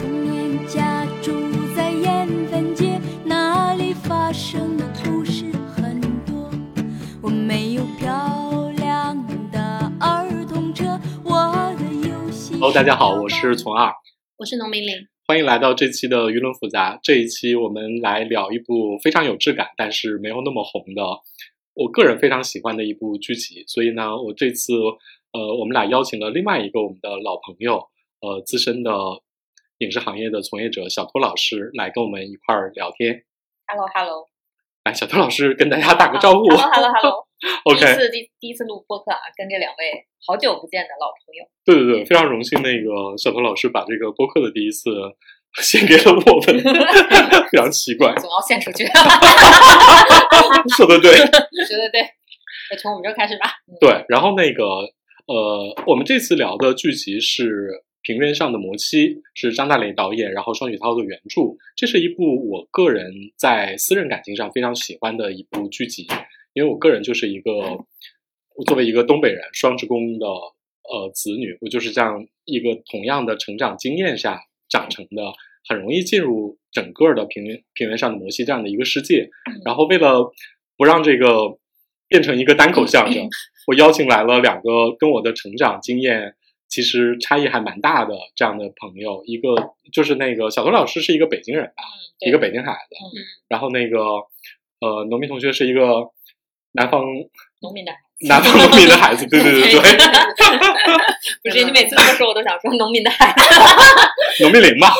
童年家住在盐分街，那里发生的故事很多。我没有漂亮的儿童车，我的游戏。 Hello，大家好，我是从二，我是农民林。欢迎来到这期的舆论复杂。这一期我们来聊一部非常有质感，但是没有那么红的，我个人非常喜欢的一部剧集。所以呢，我这次呃，我们俩邀请了另外一个我们的老朋友，呃，资深的影视行业的从业者小托老师来跟我们一块儿聊天。 Hello Hello，来，小托老师跟大家打个招呼。 Hello Hello Hello，第 OK，一次第第一次录播客啊，跟这两位好久不见的老朋友，对对对，非常荣幸，那个小头老师把这个播客的第一次 献给了我们， 非常奇怪， 总要献出去， 说的对，觉得对。那从我们这儿开始吧。嗯，对。然后那个呃，我们这次聊的剧集是《平原上的魔妻》，是张大磊导演，然后双雪涛的原著。这是一部我个人在私人感情上非常喜欢的一部剧集，因为我个人就是一个作为一个东北人双职工的呃子女，我就是这样一个同样的成长经验下长成的，很容易进入整个的平原平原上的摩西这样的一个世界。然后为了不让这个变成一个单口相声，我邀请来了两个跟我的成长经验其实差异还蛮大的这样的朋友，一个就是那个小头老师是一个北京人吧，对一个北京孩子，嗯然后那个呃农民同学是一个南方农民的孩子，南方农民的孩子，对对对对，不是你每次这么说，我都想说农民的孩子。 农民林吧，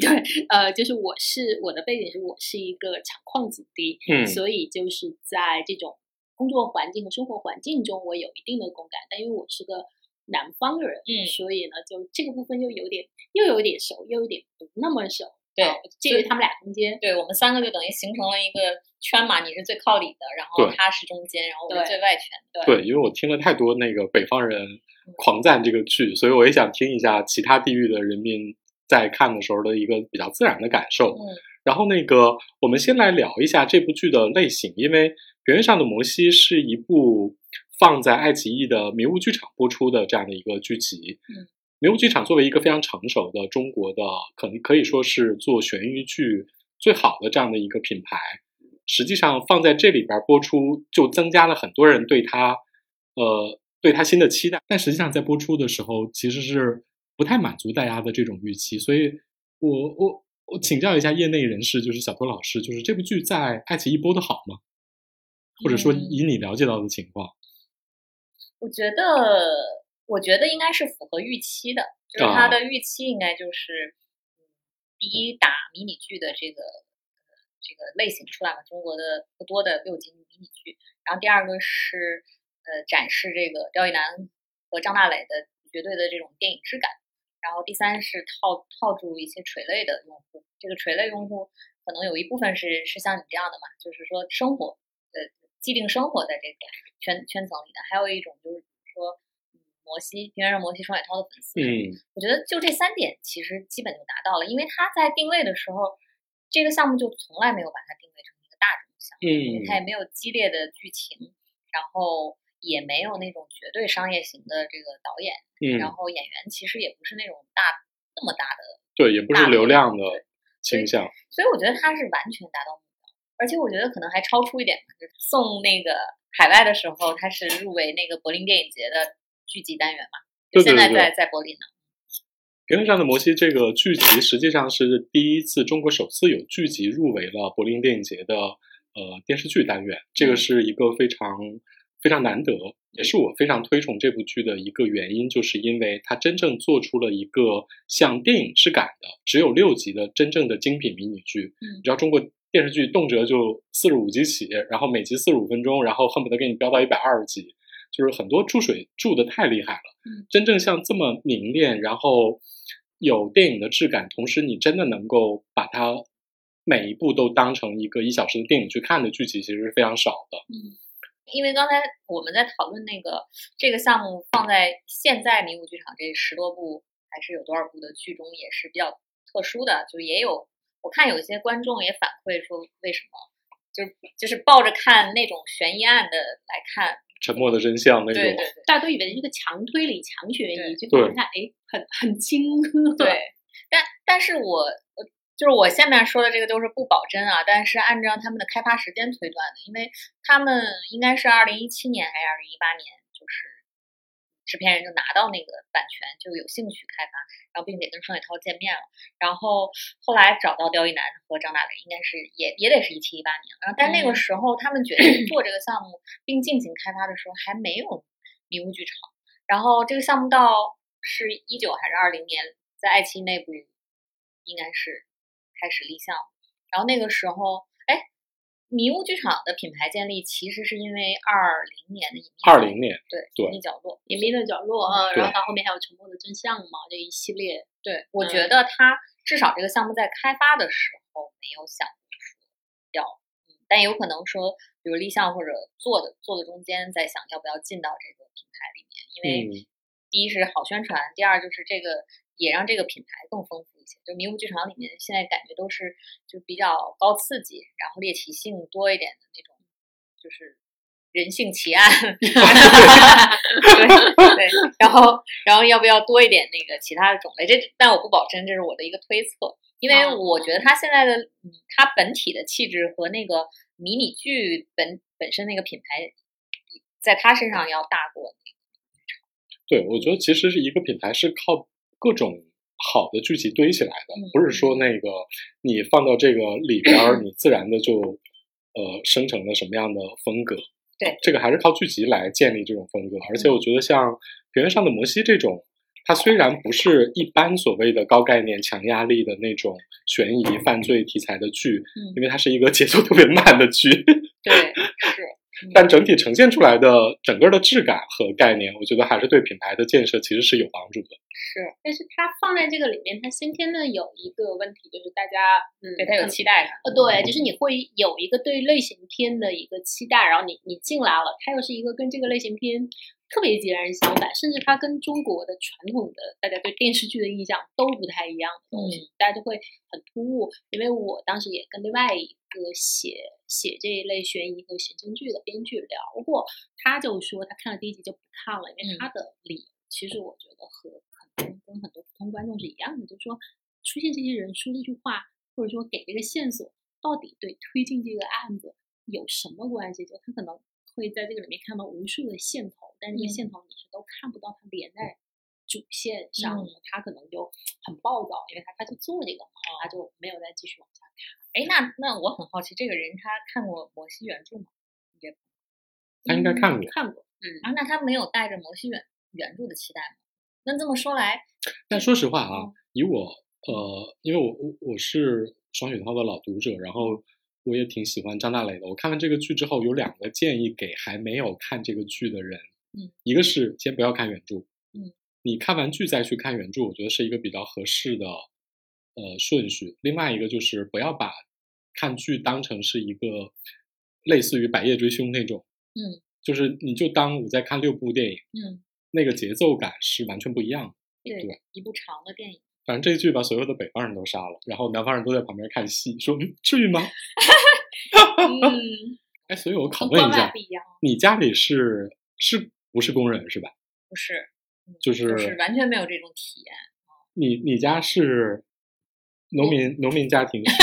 对，呃，就是我是我的背景是我是一个厂矿子弟，嗯所以就是在这种工作环境和生活环境中，我有一定的共感。但因为我是个南方人，嗯所以呢，就这个部分又有点又有点熟，又有点不那么熟，对啊介于他们俩中间。对我们三个就等于形成了一个圈嘛，你是最靠里的，然后对他是中间，然后我是对最外圈。对，对因为我听了太多那个北方人狂赞这个剧，所以我也想听一下其他地域的人民在看的时候的一个比较自然的感受。嗯然后那个，我们先来聊一下这部剧的类型，因为《平原上的摩西》是一部放在爱奇艺的迷雾剧场播出的这样的一个剧集。嗯，迷雾剧场作为一个非常成熟的中国的，可能可以说是做悬疑剧最好的这样的一个品牌，实际上放在这里边播出，就增加了很多人对它，呃，对它新的期待。但实际上在播出的时候，其实是不太满足大家的这种预期，所以我我我请教一下业内人士，就是小托老师，就是这部剧在爱奇艺播的好吗？或者说嗯以你了解到的情况，我觉得，我觉得应该是符合预期的，就是啊它的预期应该就是，嗯，第一打迷你剧的这个呃这个类型出来了，中国的不多的六集迷你剧，然后第二个是呃展示这个刁亦男和张大磊的绝对的这种电影质感，然后第三是套套住一些垂类的用户，这个垂类用户可能有一部分是是像你这样的嘛，就是说生活呃既定生活在这个圈圈层里的，还有一种就是比如说嗯摩西平原上摩西双雪涛的粉丝，嗯我觉得就这三点其实基本就达到了，因为他在定位的时候，这个项目就从来没有把它定位成一个大众项嗯目，因为它也没有激烈的剧情，然后也没有那种绝对商业型的这个导演，然嗯，后演员其实也不是那种大那么大的，对，也不是大流量的对倾向，所以我觉得他是完全达到目标，而且我觉得可能还超出一点吧，就是送那个海外的时候，他是入围那个柏林电影节的剧集单元嘛，就对对现在对在在柏林呢，平原上的摩西这个剧集实际上是第一次中国首次有剧集入围了柏林电影节的呃电视剧单元，这个是一个非常非常难得，也是我非常推崇这部剧的一个原因，就是因为它真正做出了一个像电影质感的只有六集的真正的精品迷你剧。嗯你知道中国电视剧动辄就四十五集起，然后每集四十五分钟，然后恨不得给你飙到一百二十集，就是很多注水注的太厉害了。真正像这么凝练，然后有电影的质感，同时你真的能够把它每一部都当成一个一小时的电影去看的剧集，其实是非常少的。嗯，因为刚才我们在讨论那个这个项目放在现在迷雾剧场这十多部还是有多少部的剧中也是比较特殊的，就是也有我看有一些观众也反馈说为什么就是就是抱着看那种悬疑案的来看，沉默的真相那对种，对对大家都以为是个强推理、强悬疑，对就感觉它哎很很轻， 对，但但是我我就是我下面说的这个都是不保真啊，但是按照他们的开发时间推断的，因为他们应该是二零一七年还是二零一八年，就是制片人就拿到那个版权，就有兴趣开发，然后并且跟双雪涛见面了，然后后来找到刁亦男和张大雷，应该是也也得是一七一八年了，然后但嗯那个时候他们决 定做这个项目并进行开发的时候还没有迷雾剧场，然后这个项目到是一九还是二零年在爱奇艺内部应该是开始立项，然后那个时候，哎，迷雾剧场的品牌建立其实是因为二零年的隐秘二零年，对对隐秘角落，隐秘的角落啊，对然后到后面还有沉默的真相嘛，这一系列对我嗯觉得它至少这个项目在开发的时候没有想说要，嗯但有可能说，比如立项或者做的做的中间在想要不要进到这个品牌里面，因为、嗯，第一是好宣传，第二就是这个也让这个品牌更丰富一些。就迷雾剧场里面现在感觉都是就比较高刺激，然后猎奇性多一点的那种，就是人性奇案。对对，然后然后要不要多一点那个其他的种类？这但我不保真，这是我的一个推测，因为嗯哦我觉得它现在的嗯，它本体的气质和那个迷你剧本本身那个品牌，在它身上要大过对，我觉得其实是一个品牌是靠各种好的剧集堆起来的，嗯不是说那个你放到这个里边儿，你自然的就呃生成了什么样的风格。对，这个还是靠剧集来建立这种风格。而且我觉得像《平原上的摩西》这种，它虽然不是一般所谓的高概念、强压力的那种悬疑犯罪题材的剧，嗯因为它是一个节奏特别慢的剧，对，是。但整体呈现出来的整个的质感和概念，我觉得还是对品牌的建设其实是有帮助的。是但是它放在这个里面，它先天的有一个问题，就是大家嗯对他有很期待感。呃，对，就是你会有一个对类型片的一个期待，然后你你进来了，它又是一个跟这个类型片特别截然相反，甚至它跟中国的传统的大家对电视剧的印象都不太一样的东西，大家就会很突兀。因为我当时也跟另外一个写写这一类悬疑和刑侦剧的编剧聊过，他就说他看了第一集就不看了，因为嗯他的理由其实我觉得和很多跟很多普通观众是一样的，就是说出现这些人说这句话，或者说给这个线索，到底对推进这个案子有什么关系？就他可能会在这个里面看到无数的线头，但这嗯个线头你是都看不到它连在主线上嗯的，他可能就很暴躁，因为他他就做这个嘛，他就没有再继续往下看。哎，那那我很好奇，这个人他看过摩西原著吗？他应该嗯看过看过，啊，那他没有带着摩西原原著的期待吗？那这么说来，但说实话啊，以我呃，因为我我我是双雪涛的老读者，然后我也挺喜欢张大雷的。我看完这个剧之后，有两个建议给还没有看这个剧的人，嗯，一个是先不要看原著，嗯，你看完剧再去看原著，我觉得是一个比较合适的呃顺序。另外一个就是不要把看剧当成是一个类似于《百夜追凶》那种，嗯，就是你就当我在看六部电影，嗯，那个节奏感是完全不一样的。对对，一部长的电影，反正这一剧把所有的北方人都杀了，然后南方人都在旁边看戏，说：“嗯，至于吗嗯，？”哎，所以我和拷问一关外下不，一样。你家里是是不是工人是吧？不是，嗯就就是是完全没有这种体验。你你家是农民农民家 庭是不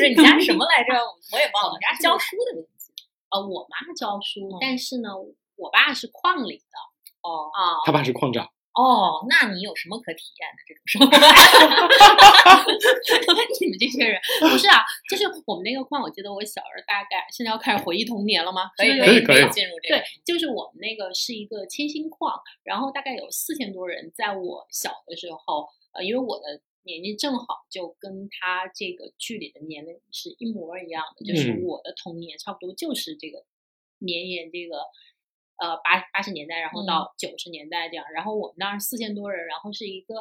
是你家什么来着？我也忘我了们。家是教嗯个书的名字呃，我妈教书，哦嗯但是呢，我爸是矿里 的 哦啊，他爸是矿长，哦，那你有什么可体验的这种 生活？你们这些人不是啊，就是我们那个矿，我记得我小时候大概现在要开始回忆童年了吗？可就以是可以可可以进入这对个。，就是我们那个是一个千星矿，然后大概有四千多人。在我小的时候，呃，因为我的年纪正好就跟他这个剧里的年龄是一模一样的，就是嗯我的童年差不多就是这个绵延这个呃八八十年代，然嗯后到九十年代这样。然后我们那儿四千多人，然后是一个。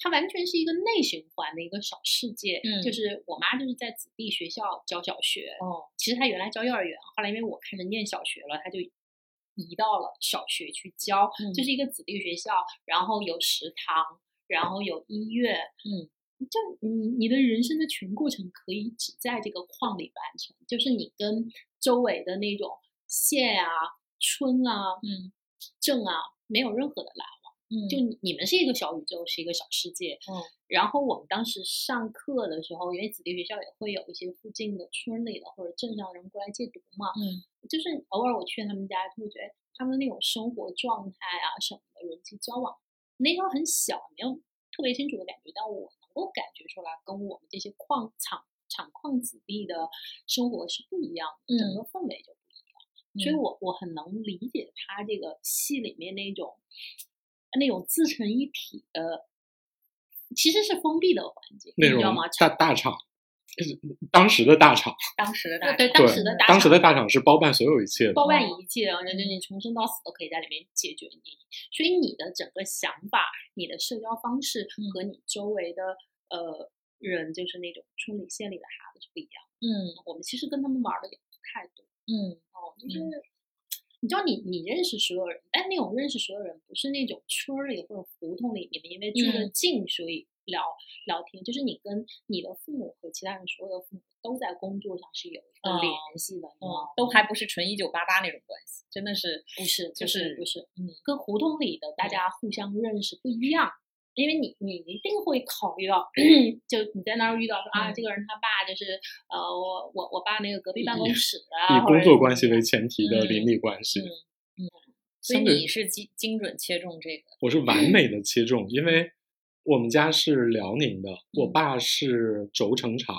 它完全是一个内循环的一个小世界，嗯就是我妈就是在子弟学校教小学，哦，其实她原来教幼儿园，后来因为我开始念小学了，她就移到了小学去教，嗯就是一个子弟学校，然后有食堂，然后有医院，嗯，就你你的人生的全过程可以只在这个框里完成，就是你跟周围的那种县啊、村啊、嗯镇啊没有任何的来往。嗯就你你们是一个小宇宙，是一个小世界。嗯，然后我们当时上课的时候，因为子弟学校也会有一些附近的村里的或者镇上人过来借读嘛，嗯就是偶尔我去他们家，就会觉得他们那种生活状态啊什么的，人际交往，那时候很小，没有特别清楚的感觉，但我能够感觉出来，跟我们这些矿场厂矿子弟的生活是不一样的，整嗯个氛围就不一样。所以嗯我我很能理解他这个戏里面那种那种自成一体的，其实是封闭的环境，那你知道种吗？大大厂，当时的大厂，当时的大对对，当厂对时的大当时厂的大厂是包办所有一切的。包办哦一切，啊然后就是你从生到死都可以在里面解决你。所以你的整个想法、你的社交方式嗯和你周围的呃人，就是那种村里、县里的孩子是不一样嗯的。我们其实跟他们玩儿的也不太多嗯哦，就是。你知道你你认识所有人，但那种认识所有人不是那种村儿里或者胡同里，你们因为住得嗯近，所以聊聊天，就是你跟你的父母和其他人所有的父母都在工作上是有一个哦联系的，你知道吗嗯，？都还不是纯一九八八那种关系，真的是不是，就不是是，不是，嗯跟胡同里的大家互相认识不一样，因为你你一定会考虑到， 就你在那儿遇到说啊，嗯这个人他爸就是呃，我我我爸那个隔壁办公以室啊，以或工者作是关系怎么为样前提的嗯邻里关系，嗯所以相对你是精精准切中这个，我是完美的切中，因为我们家是辽宁的，我爸是轴承厂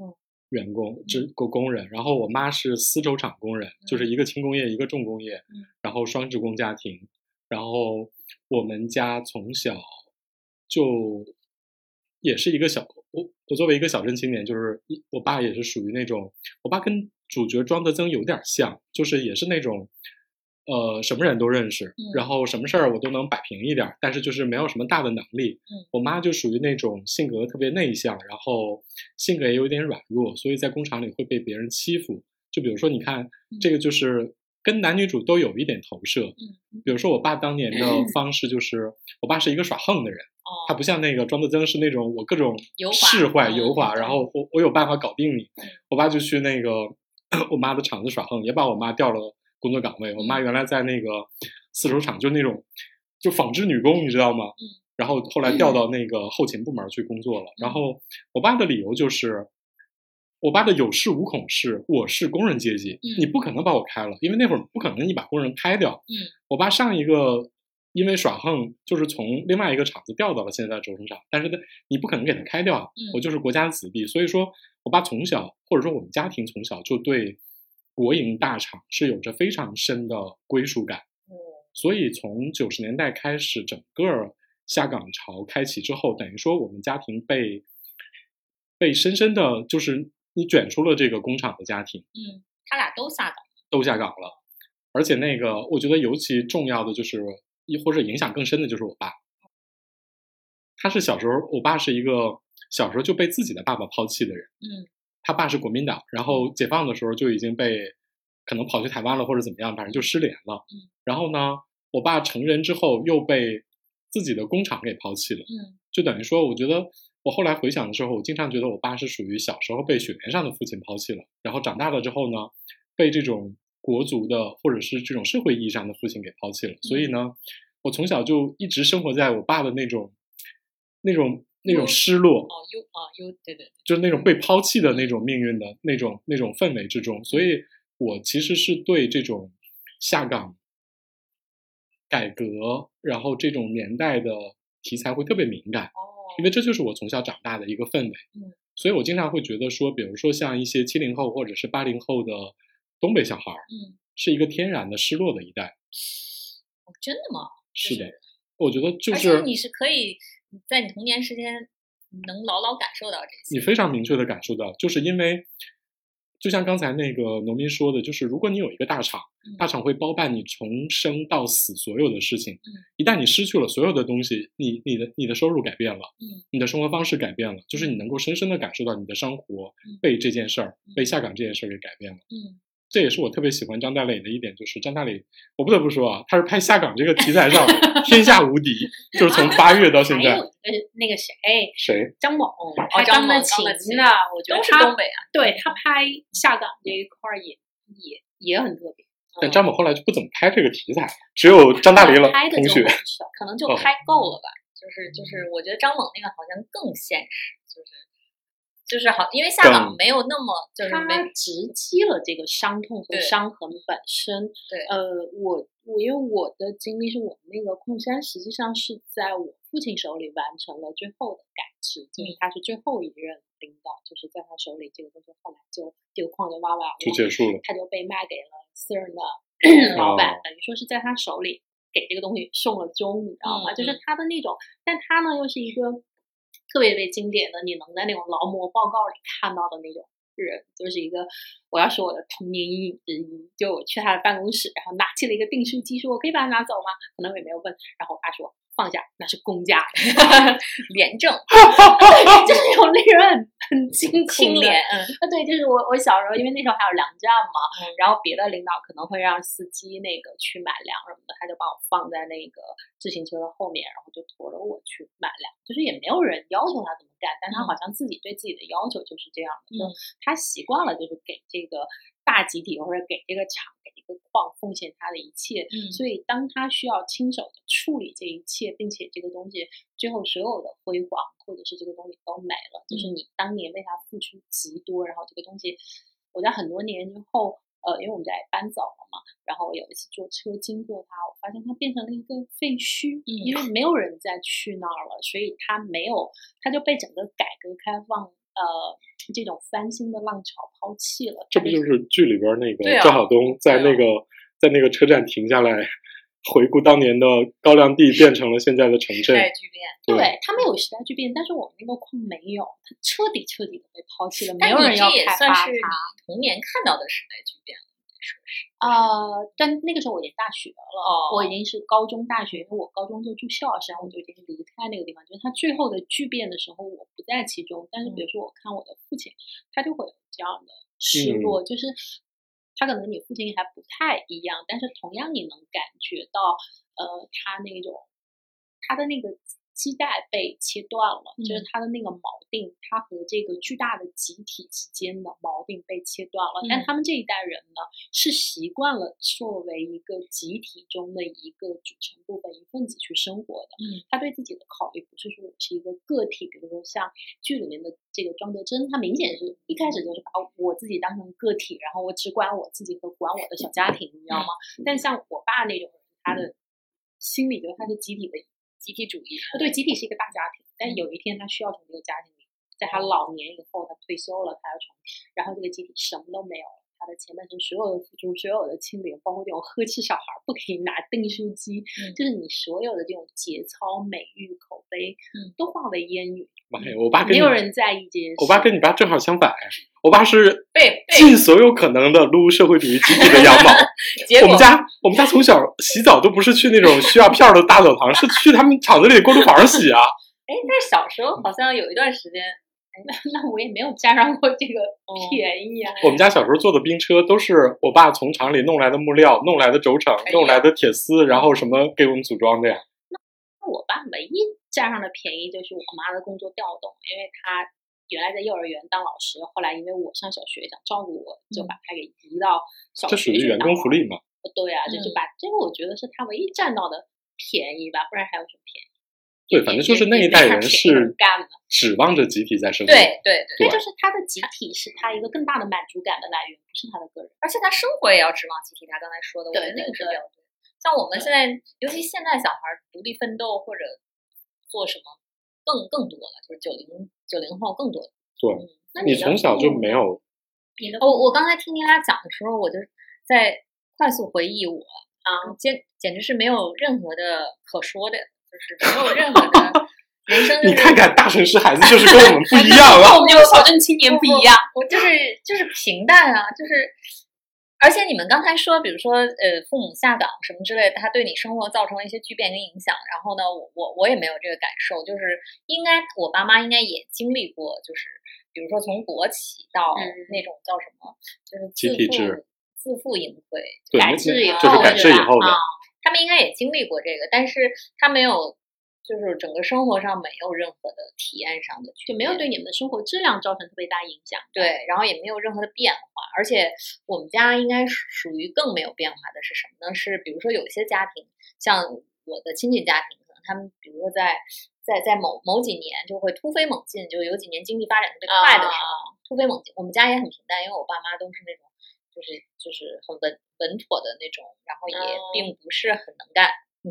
嗯员工，职工工人，然后我妈是丝绸厂工人，就是一个轻工业，一个重工业，然后双职工家庭，然后我们家从小就也是一个小我我作为一个小镇青年，就是一我爸也是属于那种，我爸跟主角庄德增有点像，就是也是那种。呃，什么人都认识，然后什么事儿我都能摆平一点儿，但是就是没有什么大的能力。嗯我妈就属于那种性格特别内向，然后性格也有点软弱，所以在工厂里会被别人欺负。就比如说，你看这个就是跟男女主都有一点投射。嗯比如说我爸当年的方式就是，我爸是一个耍横的人，他哦，不像那个庄德增是那种我各种油滑使坏嗯油滑，对然后我我有办法搞定你。我爸就去那个 我妈的厂子耍横，也把我妈调了工作岗位。我嗯妈原来在那个丝绸厂，就那种就纺织女工，你知道吗？然后后来嗯调到那个后勤部门去工作了。然后我爸的理由就是，我爸的有恃无恐是我是工人阶级，嗯你不可能把我开了，因为那会儿不可能你把工人开掉。嗯，我爸上一个因为耍横，就是从另外一个厂子调到了现在的轴承厂，但是他你不可能给他开掉啊，嗯我就是国家的子弟，所以说我爸从小或者说我们家庭从小就对国营大厂是有着非常深的归属感。所以从九十年代开始，整个下岗潮开启之后，等于说我们家庭被被深深的就是你卷出了这个工厂的家庭，嗯，他俩都下岗，都下岗了。而且那个，我觉得尤其重要的就是，亦或者影响更深的就是我爸。他是小时候，我爸是一个小时候就被自己的爸爸抛弃的人。嗯，他爸是国民党，然后解放的时候就已经被可能跑去台湾了，或者怎么样，反正就失联了。嗯，然后呢，我爸成人之后又被自己的工厂给抛弃了。嗯就等于说，我觉得我后来回想的时候，我经常觉得我爸是属于小时候被血缘上的父亲抛弃了，然后长大了之后呢，被这种国族的或者是这种社会意义上的父亲给抛弃了。所以嗯呢，我从小就一直生活在我爸的那种、那种、那种失落，哦优哦优对对就是那种被抛弃的那种命运的那种那种氛围之中，所以我其实是对这种下岗、改革，然后这种年代的题材会特别敏感，哦因为这就是我从小长大的一个氛围。嗯，所以我经常会觉得说，比如说像一些七零后或者是八零后的东北小孩儿，嗯是一个天然的失落的一代。哦真的吗？是就的，我觉得就而是且你是可以在你童年时间能牢牢感受到这你些，哦非常明确的感受到，就是因为就像刚才那个农民说的，就是如果你有一个大厂，嗯大厂会包办你从生到死所有的事情。嗯一旦你失去了所有的东西，你你的你的收入改变了，嗯你的生活方式改变了，就是你能够深深的感受到你的生活嗯被这件事儿、嗯被下岗这件事儿给改变了。嗯，这也是我特别喜欢张大磊的一点，就是张大磊，我不得不说啊，他是拍下岗这个题材 上天下无敌，就是从八月到现哎还在有，一个那个谁，哎谁？张猛拍张钢的猛钢的琴琴呢，我觉得都是他东北啊，对他拍下岗这一块儿也也也很特别。但张猛后来就不怎么拍这个题材，只有张大雷了拍的同就学很。少，可能就嗯拍够了吧。就是就是，我觉得张猛那个好像更现实，就是就是好，因为下岗更没有那么就是他没 直击了这个伤痛和对伤痕本身。对呃，我我因为我的经历是我那个矿山实际上是在我父亲手里完成了最后的改制，嗯就是他是最后一任领导，就是在他手里这个东西后来就这个矿就挖完了， 就结束了。他就被卖给了私人哦的老板，哦等于说是在他手里给这个东西送了终，你知道吗？嗯就是嗯他的那种，但他呢又是一个特别特别经典的，你能在那种劳模报告里看到的那种。人就是一个，我要说我的童年阴影之一。就我去他的办公室，然后拿起了一个订书机，说我可以把它拿走吗？可能我也没有问。然后我爸说放下，那是公家 的，廉政就是那种令人很很惊恐的清廉，嗯啊， 对，就是我我小时候，因为那时候还有粮站嘛，然后别的领导可能会让司机那个去买粮什么的，他就把我放在那个自行车的后面，然后就驮着我去买粮，就是也没有人要求他怎么干，但他好像自己对自己的要求就是这样的，就嗯他习惯了就是给这个大集体或者给这个厂给这个矿奉献他的一切，嗯所以当他需要亲手的处理这一切，并且这个东西最后所有的辉煌或者是这个东西都没了，就是嗯你当年为他付出极多，然后这个东西，我在很多年之后，呃，因为我们家也搬走了嘛，然后有一次坐车经过它，我发现它变成了一个废墟，嗯因为没有人再去那儿了，所以它没有，它就被整个改革开放呃这种翻新的浪潮抛弃了。这不它就是剧里边那对个啊赵晓东在那个、在那个车站停下来，回顾当年的高粱地变成了现在的城时镇，代巨变。对，它没有时代巨变，但是我们那个矿没有，它彻底彻底的被抛弃了，没但有你人这要也开算发是你它。童年看到的时代巨变了，说是呃，但那个时候我已经大学了，哦我已经是高中、大学，因为我高中就住校，实际上我就已经离开那个地方。就是它最后的巨变的时候，我不在其中。但是嗯比如说，我看我的父亲，他就会有这样的失嗯落，就是他可能你父亲还不太一样，但是同样你能感觉到，呃，他那种他的那个基带被切断了，就是嗯他的那个锚定，他和这个巨大的集体之间的锚定被切断了。但嗯他们这一代人呢，是习惯了作为一个集体中的一个组成部分、一份子去生活的。嗯，他对自己的考虑不是说我是一个个体，比如说像剧里面的这个庄德珍，他明显是一开始就是把我自己当成个体，然后我只管我自己和管我的小家庭，你知道吗？但像我爸那种人，他的心里就是他是集体的集体主义。呃对，集体是一个大家庭，但嗯有一天他需要从这个家庭里，在他老年以后，他退休了，他要从，然后这个集体什么都没有了，他的前半生所有的付出，所有的清零，包括这种呵斥小孩儿不可以拿订书机，嗯就是你所有的这种节操、美誉、口碑，嗯都化为烟雨，妈呀，哎我爸跟没你有人在意这件事。我爸 跟你爸正好相反，我爸是被被尽所有可能的撸社会主义集体的羊毛。结我果们家我们家从小洗澡都不是去那种需要票的大澡堂，是去他们厂子里的锅炉房洗啊。哎，但是小时候好像有一段时间，嗯那我也没有占上过这个哦便宜啊。我们家小时候做的冰车都是我爸从厂里弄来的木料、弄来的轴承、哎呀嗯弄来的铁丝，然后什么给我们组装的呀。我爸唯一占上的便宜就是我妈的工作调动，因为她原来在幼儿园当老师，后来因为我上小学想照顾我，就把她给移到小学嗯这属于去员当工老福利嘛？师。对啊，就是嗯把这个我觉得是她唯一占到的便宜吧，不然还有什么便宜？对，反正就是那一代人 是干的。指望着集体在生活。对对那对，对啊就是他的集体是他一个更大的满足感的来源，不是他的个人。而且他生活也要指望集体。他刚才说的，我觉对得那对个是对比较对。像我们现在，尤其现在小孩儿独立奋斗或者做什么更更多了，就是九零九零后更多了。对嗯那你的从小父就母没呢有你的我哦我刚才听你俩讲的时候，我就在快速回忆我啊，简简直是没有任何的可说的，就是没有任何的人生、就是、 你看看大城市孩子就是跟我们不一样啊跟 了，我们这种小镇青年不一样。我就是就是平淡啊，就是，而且你们刚才说，比如说呃，父母下岗什么之类的，他对你生活造成了一些巨变跟影响。然后呢，我我我也没有这个感受，就是应该我爸妈应该也经历过，就是比如说从国企到嗯那种叫什么，就是集自体负制自负盈亏，对，改那制以后就是改制以对吧后的啊，他们应该也经历过这个，但是他没有。就是整个生活上没有任何的体验上的区别，就没有对你们的生活质量造成特别大影响。对，然后也没有任何的变化，而且我们家应该属属于更没有变化的是什么呢？是比如说有一些家庭，像我的亲戚家庭，可能他们比如说在在在某某几年就会突飞猛进，就有几年经济发展特别快的时候，啊突飞猛进。我们家也很平淡，因为我爸妈都是那种就是就是很稳稳妥的那种，然后也哦并不是很能干，嗯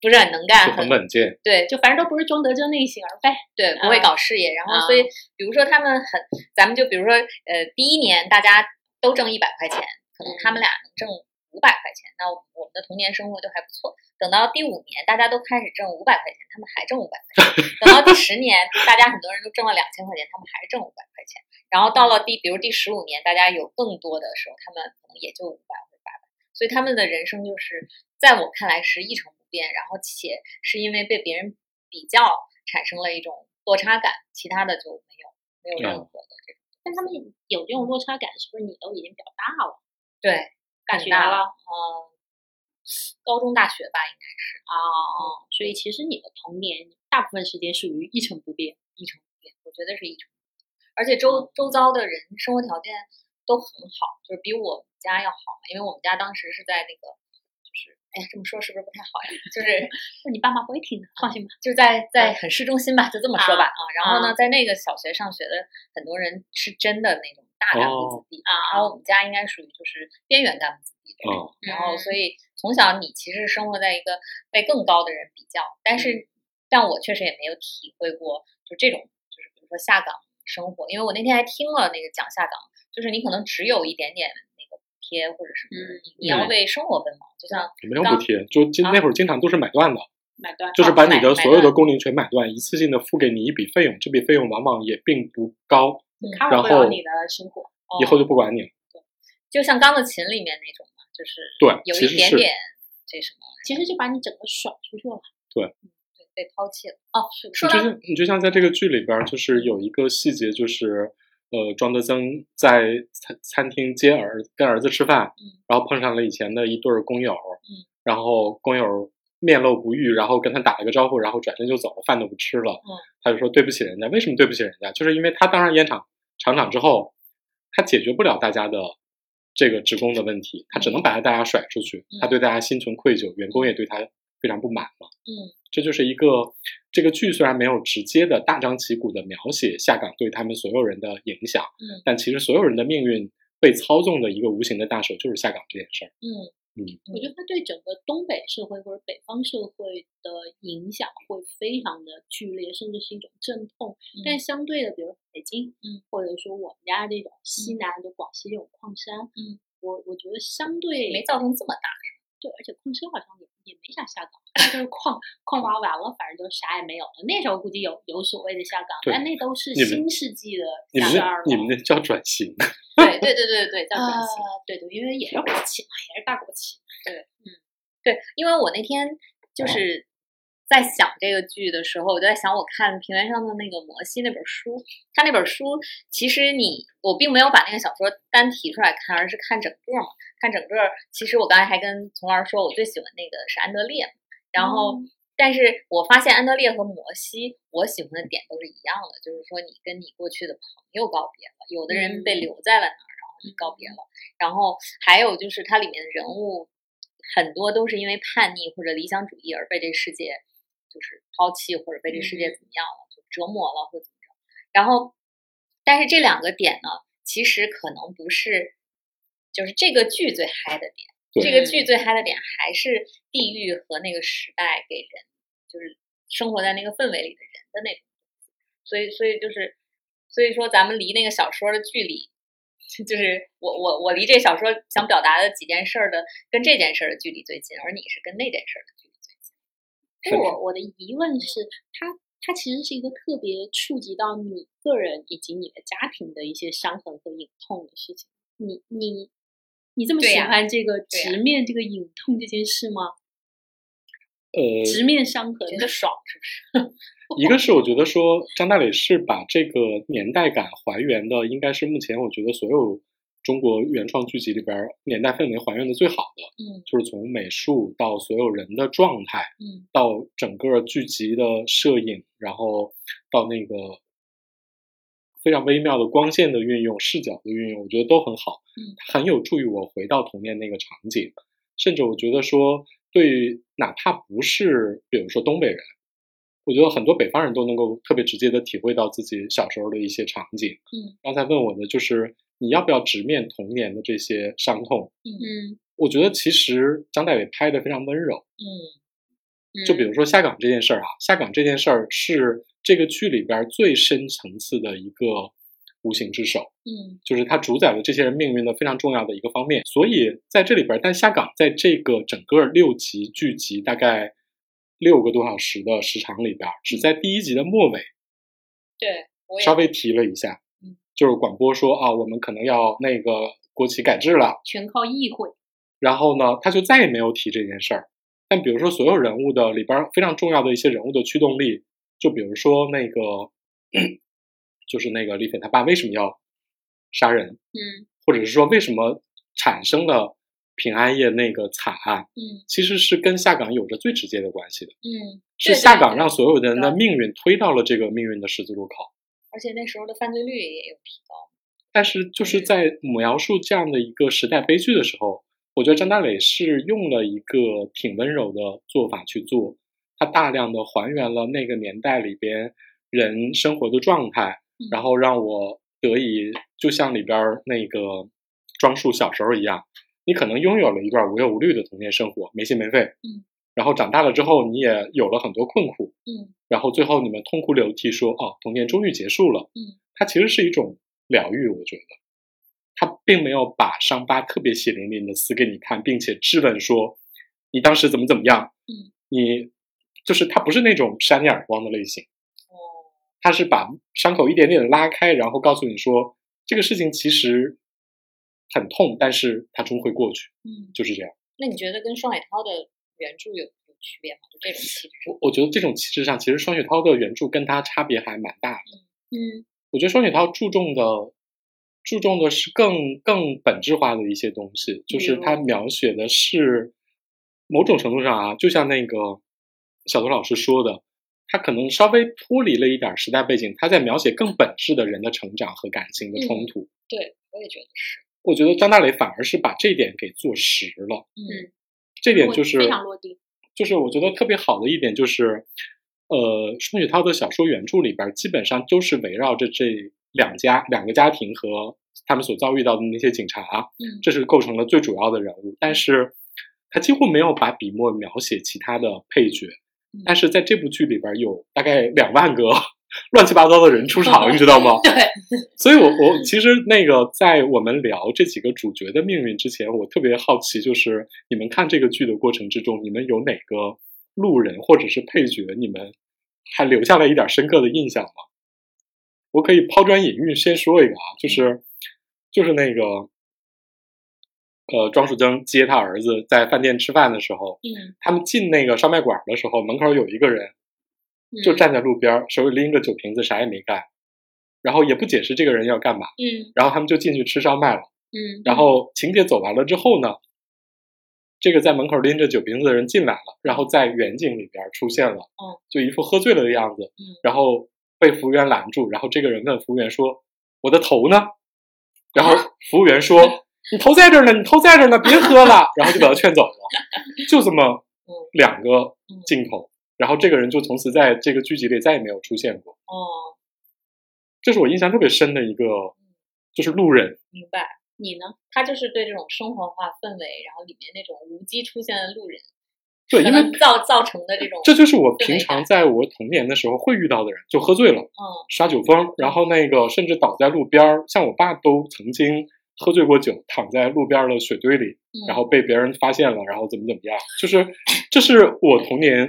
不是很能干，就很稳健。对，就反正都不是庄德正那一型儿呗。对，不会啊搞事业。然后，所以啊比如说他们很，咱们就比如说，呃，第一年大家都挣一百块钱，可能他们俩能挣五百块钱，那我我们的童年生活就还不错。等到第五年，大家都开始挣五百块钱，他们还挣五百块钱。等到第十年，大家很多人都挣了两千块钱，他们还挣五百块钱。然后到了第，比如第十五年，大家有更多的时候，他们可能也就五百或者八百。所以他们的人生就是在我看来是一成不变，然后且是因为被别人比较产生了一种落差感，其他的就没有没有任嗯何的这种、但他们有这种落差感，是不是你都已经比较大了？对大很学大了嗯，高中大学吧，应该是啊、所以其实你的童年大部分时间属于一成不变。一成不变，我觉得是一成不变。而且周周遭的人生活条件都很好，就是比我们家要好嘛，因为我们家当时是在那个，就是哎呀，这么说是不是不太好呀？就是那你爸妈不会听的，放心吧。就在在很市中心吧，就这么说吧嗯啊啊。然后啊呢，在那个小学上学的很多人是真的那种大干部子弟哦啊然后我们家应该属于就是边缘干部子弟这种。哦然后嗯所以从小你其实生活在一个被更高的人比较，但嗯是但我确实也没有体会过就这种就是比如说下岗生活，因为我那天还听了那个讲下岗，就是你可能只有一点点那个补贴或者什么的，嗯你你要嗯为生活奔忙，就像没有补贴，就经啊那会儿经常都是买断的，买断就是把你买的所有买的断工龄全买断，一次性的付给你一笔费用，这笔费用往往也并不高， ，cover 不然了后你的生活。以后哦就不管你了。就像钢的琴里面那种嘛，就是对有其一实点是点这什么其实就把你整个甩出去了。对被抛弃了哦。你说就到像你就像在这个剧里边儿，就是有一个细节，就是呃，庄德增在餐餐厅接儿跟儿子吃饭，嗯然后碰上了以前的一对儿工友，然后工友面露不悦，然后跟他打了个招呼，然后转身就走了，饭都不吃了。嗯他就说对不起人家，为什么对不起人家？就是因为他当上烟厂厂长之后，他解决不了大家的这个职工的问题，他只能把大家甩出去，他对大家心存愧疚，员工也对他非常不满嘛。嗯，这就是一个这个剧虽然没有直接的大张旗鼓的描写下岗对他们所有人的影响，嗯但其实所有人的命运被操纵的一个无形的大手就是下岗这件事儿。嗯我觉得它对整个东北社会或者北方社会的影响会非常的剧烈，甚至是一种阵痛。嗯但相对的，比如北京，嗯，或者说我们家这种西南的广西这种矿山，嗯，我我觉得相对没造成这么大。对，而且矿山好像也也没啥下岗，它就是矿嗯矿挖完了，反正就啥也没有了。那时候估计有有所谓的下岗，对但那都是你们新世纪的你们下那二你们那叫转型，对对对对对，叫转啊型，对对，因为也是国企嘛，也是大国企。对，因为我那天就是在想这个剧的时候，我就在想我看平原上的那个摩西那本书，他那本书其实你我并没有把那个小说单提出来看，而是看整个嘛，看整个。其实我刚才还跟丛儿说，我最喜欢那个是安德烈嘛，然后。但是我发现安德烈和摩西，我喜欢的点都是一样的，就是说你跟你过去的朋友告别了，有的人被嗯留在了那儿，然后你告别了，然后还有就是它里面的人物很多都是因为叛逆或者理想主义而被这世界就是抛弃，或者被这世界嗯怎么样了，就折磨了或怎么着。然后，但是这两个点呢，其实可能不是，就是这个剧最嗨的点。对这个剧最嗨的点还是地域和那个时代给人，就是生活在那个氛围里的人的那种。所以，所以就是，所以说咱们离那个小说的距离， 就是我我我离这小说想表达的几件事儿的跟这件事儿的距离最近，而你是跟那件事儿的距离最近。但我我的疑问是，它它其实是一个特别触及到你个人以及你的家庭的一些伤痕和隐痛的事情。你你你这么对喜呀欢这个对呀直面这个隐痛这件事吗？呃，直面伤痕嗯觉，得爽是不是？一个是我觉得说张大磊是把这个年代感还原的，应该是目前我觉得所有中国原创剧集里边儿年代氛围还原的最好的，嗯就是从美术到所有人的状态，嗯，到整个剧集的摄影，然后到那个非常微妙的光线的运用、视角的运用，我觉得都很好，嗯很有助于我回到童年那个场景。甚至我觉得说，对于哪怕不是比如说东北人，我觉得很多北方人都能够特别直接的体会到自己小时候的一些场景。嗯，刚才问我的就是你要不要直面童年的这些伤痛？嗯我觉得其实张大伟拍的非常温柔。嗯就比如说下岗这件事儿啊，下岗这件事儿是这个剧里边儿最深层次的一个无形之手，嗯就是它主宰了这些人命运的非常重要的一个方面。所以在这里边儿，但下岗在这个整个六集剧集大概六个多小时的时长里边儿，只在第一集的末尾对，我也稍微提了一下嗯，就是广播说啊，我们可能要那个国企改制了。全靠意会。然后呢，他就再也没有提这件事儿。但比如说所有人物的里边儿非常重要的一些人物的驱动力，就比如说那个，就是那个李斐他爸为什么要杀人，嗯或者是说为什么产生了平安夜那个惨案，嗯其实是跟下岗有着最直接的关系的。嗯，是对下对岗对让所有人的对命运推到了这个命运的十字路口。而且那时候的犯罪率也有提高。但是就是嗯在描述这样的一个时代悲剧的时候，我觉得张大磊是用了一个挺温柔的做法去做，他大量的还原了那个年代里边人生活的状态，嗯然后让我得以就像里边儿那个庄树小时候一样，你可能拥有了一段无忧无虑的童年生活，没心没肺，嗯，然后长大了之后你也有了很多困苦，嗯然后最后你们痛哭流涕说：“哦，童年终于结束了。”嗯，它其实是一种疗愈，我觉得，它并没有把伤疤特别血淋淋的撕给你看，并且质问说你当时怎么怎么样。嗯，你就是它不是那种扇你耳光的类型，哦，它是把伤口一点点的拉开，然后告诉你说这个事情其实很痛，但是它终会过去，嗯，就是这样。那你觉得跟双海涛的原著有有区别吗？就这种气质我我觉得这种气质上，其实双雪涛的原著跟他差别还蛮大的。嗯我觉得双雪涛注重的注重的是更更本质化的一些东西，就是比如他描写的是某种程度上啊，就像那个小东老师说的，他可能稍微脱离了一点时代背景，他在描写更本质的人的成长和感情的嗯冲突。对，我也觉得是。我觉得张大磊反而是把这点给做实了，嗯这点就是非常落地。就是我觉得特别好的一点就是，呃，双雪涛的小说原著里边儿基本上都是围绕着这两家两个家庭和他们所遭遇到的那些警察，嗯这是构成了最主要的人物。但是，他几乎没有把笔墨描写其他的配角嗯。但是在这部剧里边儿有大概两万个 乱七八糟的人出场，你知道吗？ 对，所以我，我其实那个在我们聊这几个主角的命运之前，我特别好奇，就是你们看这个剧的过程之中，你们有哪个路人或者是配角，你们还留下了一点深刻的印象吗？我可以抛砖引玉，先说一个啊，就是就是那个呃，庄树铮接他儿子在饭店吃饭的时候，嗯他们进那个烧麦馆的时候，门口有一个人就站在路边儿，手里拎个酒瓶子，啥也没干，然后也不解释这个人要干嘛，嗯然后他们就进去吃烧麦了。嗯，然后情节走完了之后呢，这个在门口拎着酒瓶子的人进来了，然后在远景里边出现了，嗯，就一副喝醉了的样子嗯，然后被服务员拦住，然后这个人问服务员说：“我的头呢？”然后服务员说：“你头在这儿呢，你头在这儿呢，别喝了。”然后就把他劝走了，就这么嗯两个嗯镜头，然后这个人就从此在这个剧集里再也没有出现过。哦，这是我印象特别深的一个，就是路人，明白。你呢？他就是对这种生活化氛围，然后里面那种无机出现的路人，对，可因为能造造成的这种，这就是我平对常在我童年的时候会遇到的人，就喝醉了嗯耍酒疯，然后那个甚至倒在路边儿。像我爸都曾经喝醉过酒，躺在路边的雪堆里，嗯然后被别人发现了，然后怎么怎么样，就是这是我童 年，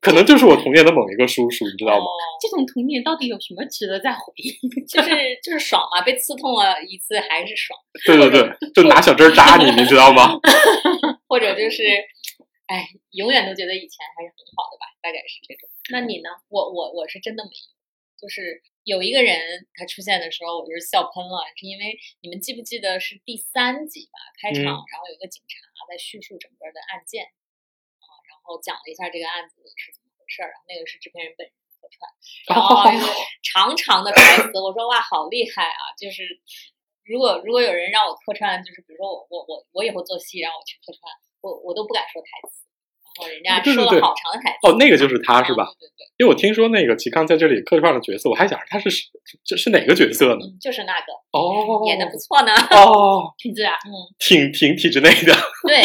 可能就是我童年的某一个叔叔，你知道吗？哦这种童年到底有什么值得再回忆？ 就是就是爽嘛，被刺痛了一次还是爽，对对对，就拿小针扎你，你知道 吗？或者就是，哎，永远都觉得以前还是很好的吧，大概是这种。那你呢？我我我是真的没有，就是有一个人他出现的时候，我就是笑喷了，是因为你们记不记得是第三集吧？开嗯场，然后有一个警察在叙述整个的案件啊，然后讲了一下这个案子是怎么回事儿，然后那个是制片人本人客串。然后那个长长的台词，我说哇，好厉害啊！就是如果如果有人让我客串，就是比如说我我我我以后做戏让我去客串，我我都不敢说台词，然后人嗯家对对说对了好长的台词。哦，那个就是他是吧？对对因为我听说那个齐康在这里客串了角色，我还想着他是这是哪个角色对，呢？嗯，就是那个哦，演的不错呢。哦，品质啊，嗯，挺挺体制内的， 对，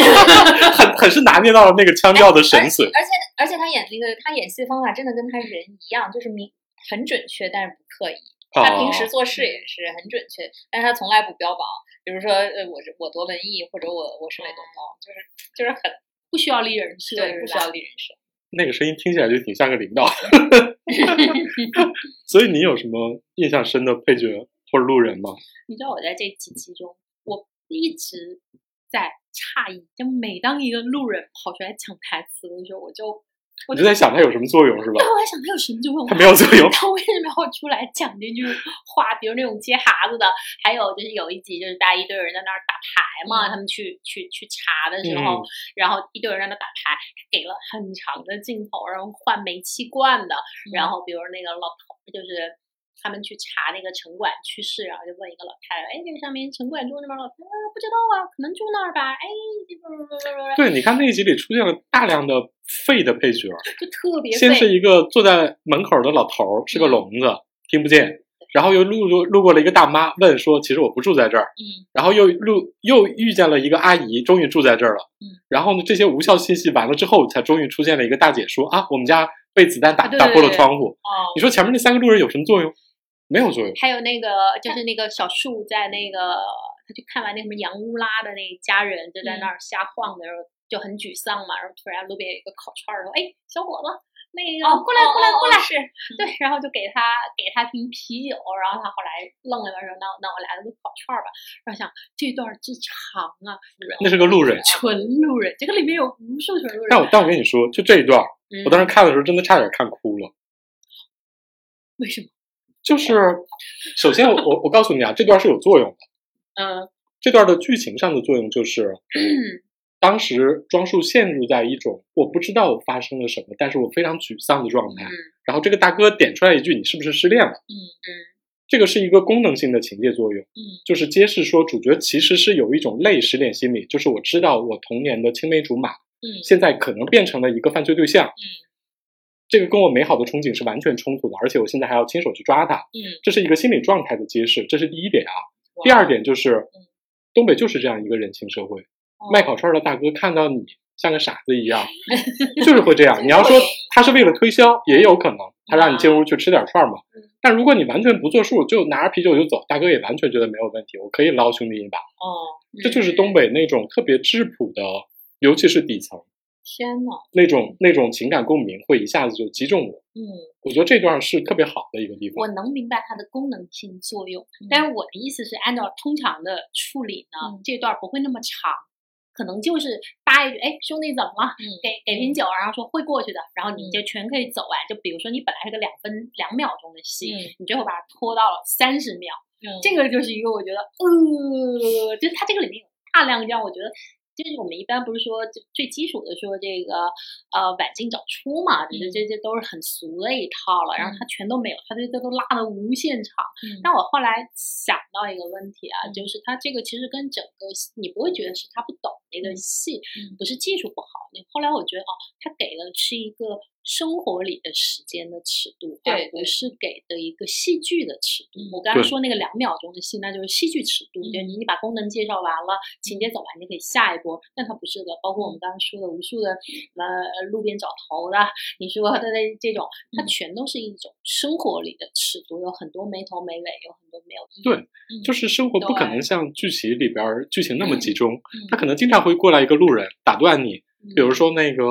很很是拿捏到了那个腔调的神髓。而且而且他演那个他演戏的方法真的跟他人一样，就是明很准确，但是不刻意。哎他平时哦做事也是很准确，但是他从来不标榜，比如说呃，我是我多文艺，或者我我审美多哦高，就是就是很不需要立人设，对，不需要立。立人设。那个声音听起来就挺像个领导。 所以你有什么印象深的配角或者路人吗？你知道我在这几期中，我一直在诧异，就每当一个路人跑出来抢台词的时候，我就我你就在想他有什么作用是吧对，？我在想他有什么作用？他没有作用他为什么要出来讲这句话？比如那种接耙子的，还有就是有一集就是大家一堆人在那儿打牌嘛，嗯他们去去去查的时候，嗯然后一堆人在那打牌，给了很长的镜头，然后换煤气罐的，嗯然后比如那个老头就是。他们去查那个城管去世，然后就问一个老太太：“哎，这个上面城管住那边老太太、啊不知道啊，可能住那儿吧。”哎，这不不不不对，你看那一集里出现了大量的废的配角，就特别先费是一个坐在门口的老头儿，是嗯个聋子，听不见。然后又路路路过了一个大妈，问说：“其实我不住在这儿。”嗯，然后又路又遇见了一个阿姨，终于住在这儿了。嗯，然后呢，这些无效信息完了之后，才终于出现了一个大姐说：“啊，我们家被子弹打、啊对打破了对对窗户。”哦你说前面那三个路人有什么作用？没有作用。还有那个就是那个小树在那个他去看完那什么洋乌拉的那家人就嗯在那儿瞎晃的时候、就很沮丧嘛，然后突然路边有一个烤串儿说：“哎，小伙子。”那个、哦过来哦过来哦过哦来、是对，然后就给他给他瓶啤酒，然后他后来愣了一下说那那我来个烤串儿吧，然后想这段儿之长啊，那是个路人。纯路人，这个里面有无数纯路人，但我但我跟你说，就这一段儿，嗯我当时时、看的时候真的差点看哭了。为什么？就是，首先我我我告诉你啊，这段是有作用的。嗯这段的剧情上的作用就是， 当时庄树陷入在一种我不知道发生了什么，但是我非常沮丧的状态。嗯然后这个大哥点出来一句：“你是不是失恋了？”嗯嗯这个是一个功能性的情节作用，嗯就是揭示说主角其实是有一种类失恋心理，就是我知道我童年的青梅竹马，嗯现在可能变成了一个犯罪对象，嗯，这个跟我美好的憧憬是完全冲突的，而且我现在还要亲手去抓他，嗯，这是一个心理状态的揭示，这是第一点啊。哇第二点就是，东北就是这样一个人情社会，卖烤串的大哥看到你像个傻子一样， 就是会这样。你要说他是为了推销，也有可能，他让你进屋去吃点串嘛。但如果你完全不作数，就拿着啤酒就走，大哥也完全觉得没有问题，我可以捞兄弟一把。哦，嗯这就是东北那种特别质朴的，尤其是底层天呐，那种那种情感共鸣，会一下子就击中我。嗯我觉得这段是特别好的一个地我方。能明白它的功能性作用，但是我的意思是，按照通常的处理呢，嗯这段儿不会那么长，可能就是搭一句，哎，兄弟怎么了？嗯给给瓶酒，然后说会过去的，然后你嗯就全可以走完。就比如说你本来是个两分两秒钟的戏，嗯你最后把它拖到了三十秒，嗯这个就是一个我觉得，呃，就是它这个里面有大量让我觉得。就是我们一般不是说就最基础的说这个呃晚进早出嘛，这嗯这这都是很俗的一套了，然后它全都没有，它这这都拉的无限长。但我后来想到一个问题啊，嗯就是它这个其实跟整个你不会觉得是他不懂，谁的戏，嗯不是技术不好。你后来我觉得哦，他给的是一个生活里的时间的尺度，啊对而不对是给的一个戏剧的尺度嗯。我刚才对说那个两秒钟的戏，那就是戏剧尺度，就嗯你你把功能介绍完了，情节走完，你可以下一波。但它不是的，包括我嗯们刚刚说的无数的呃路边找头的，你说的那这种，它嗯全都是一种生活里的尺度，有很多没头没尾，有很多没有意义。对就是生活不可能像剧集里边儿剧情那嗯么集中，他可能经常会过来一个路人打断你，比嗯如说 那个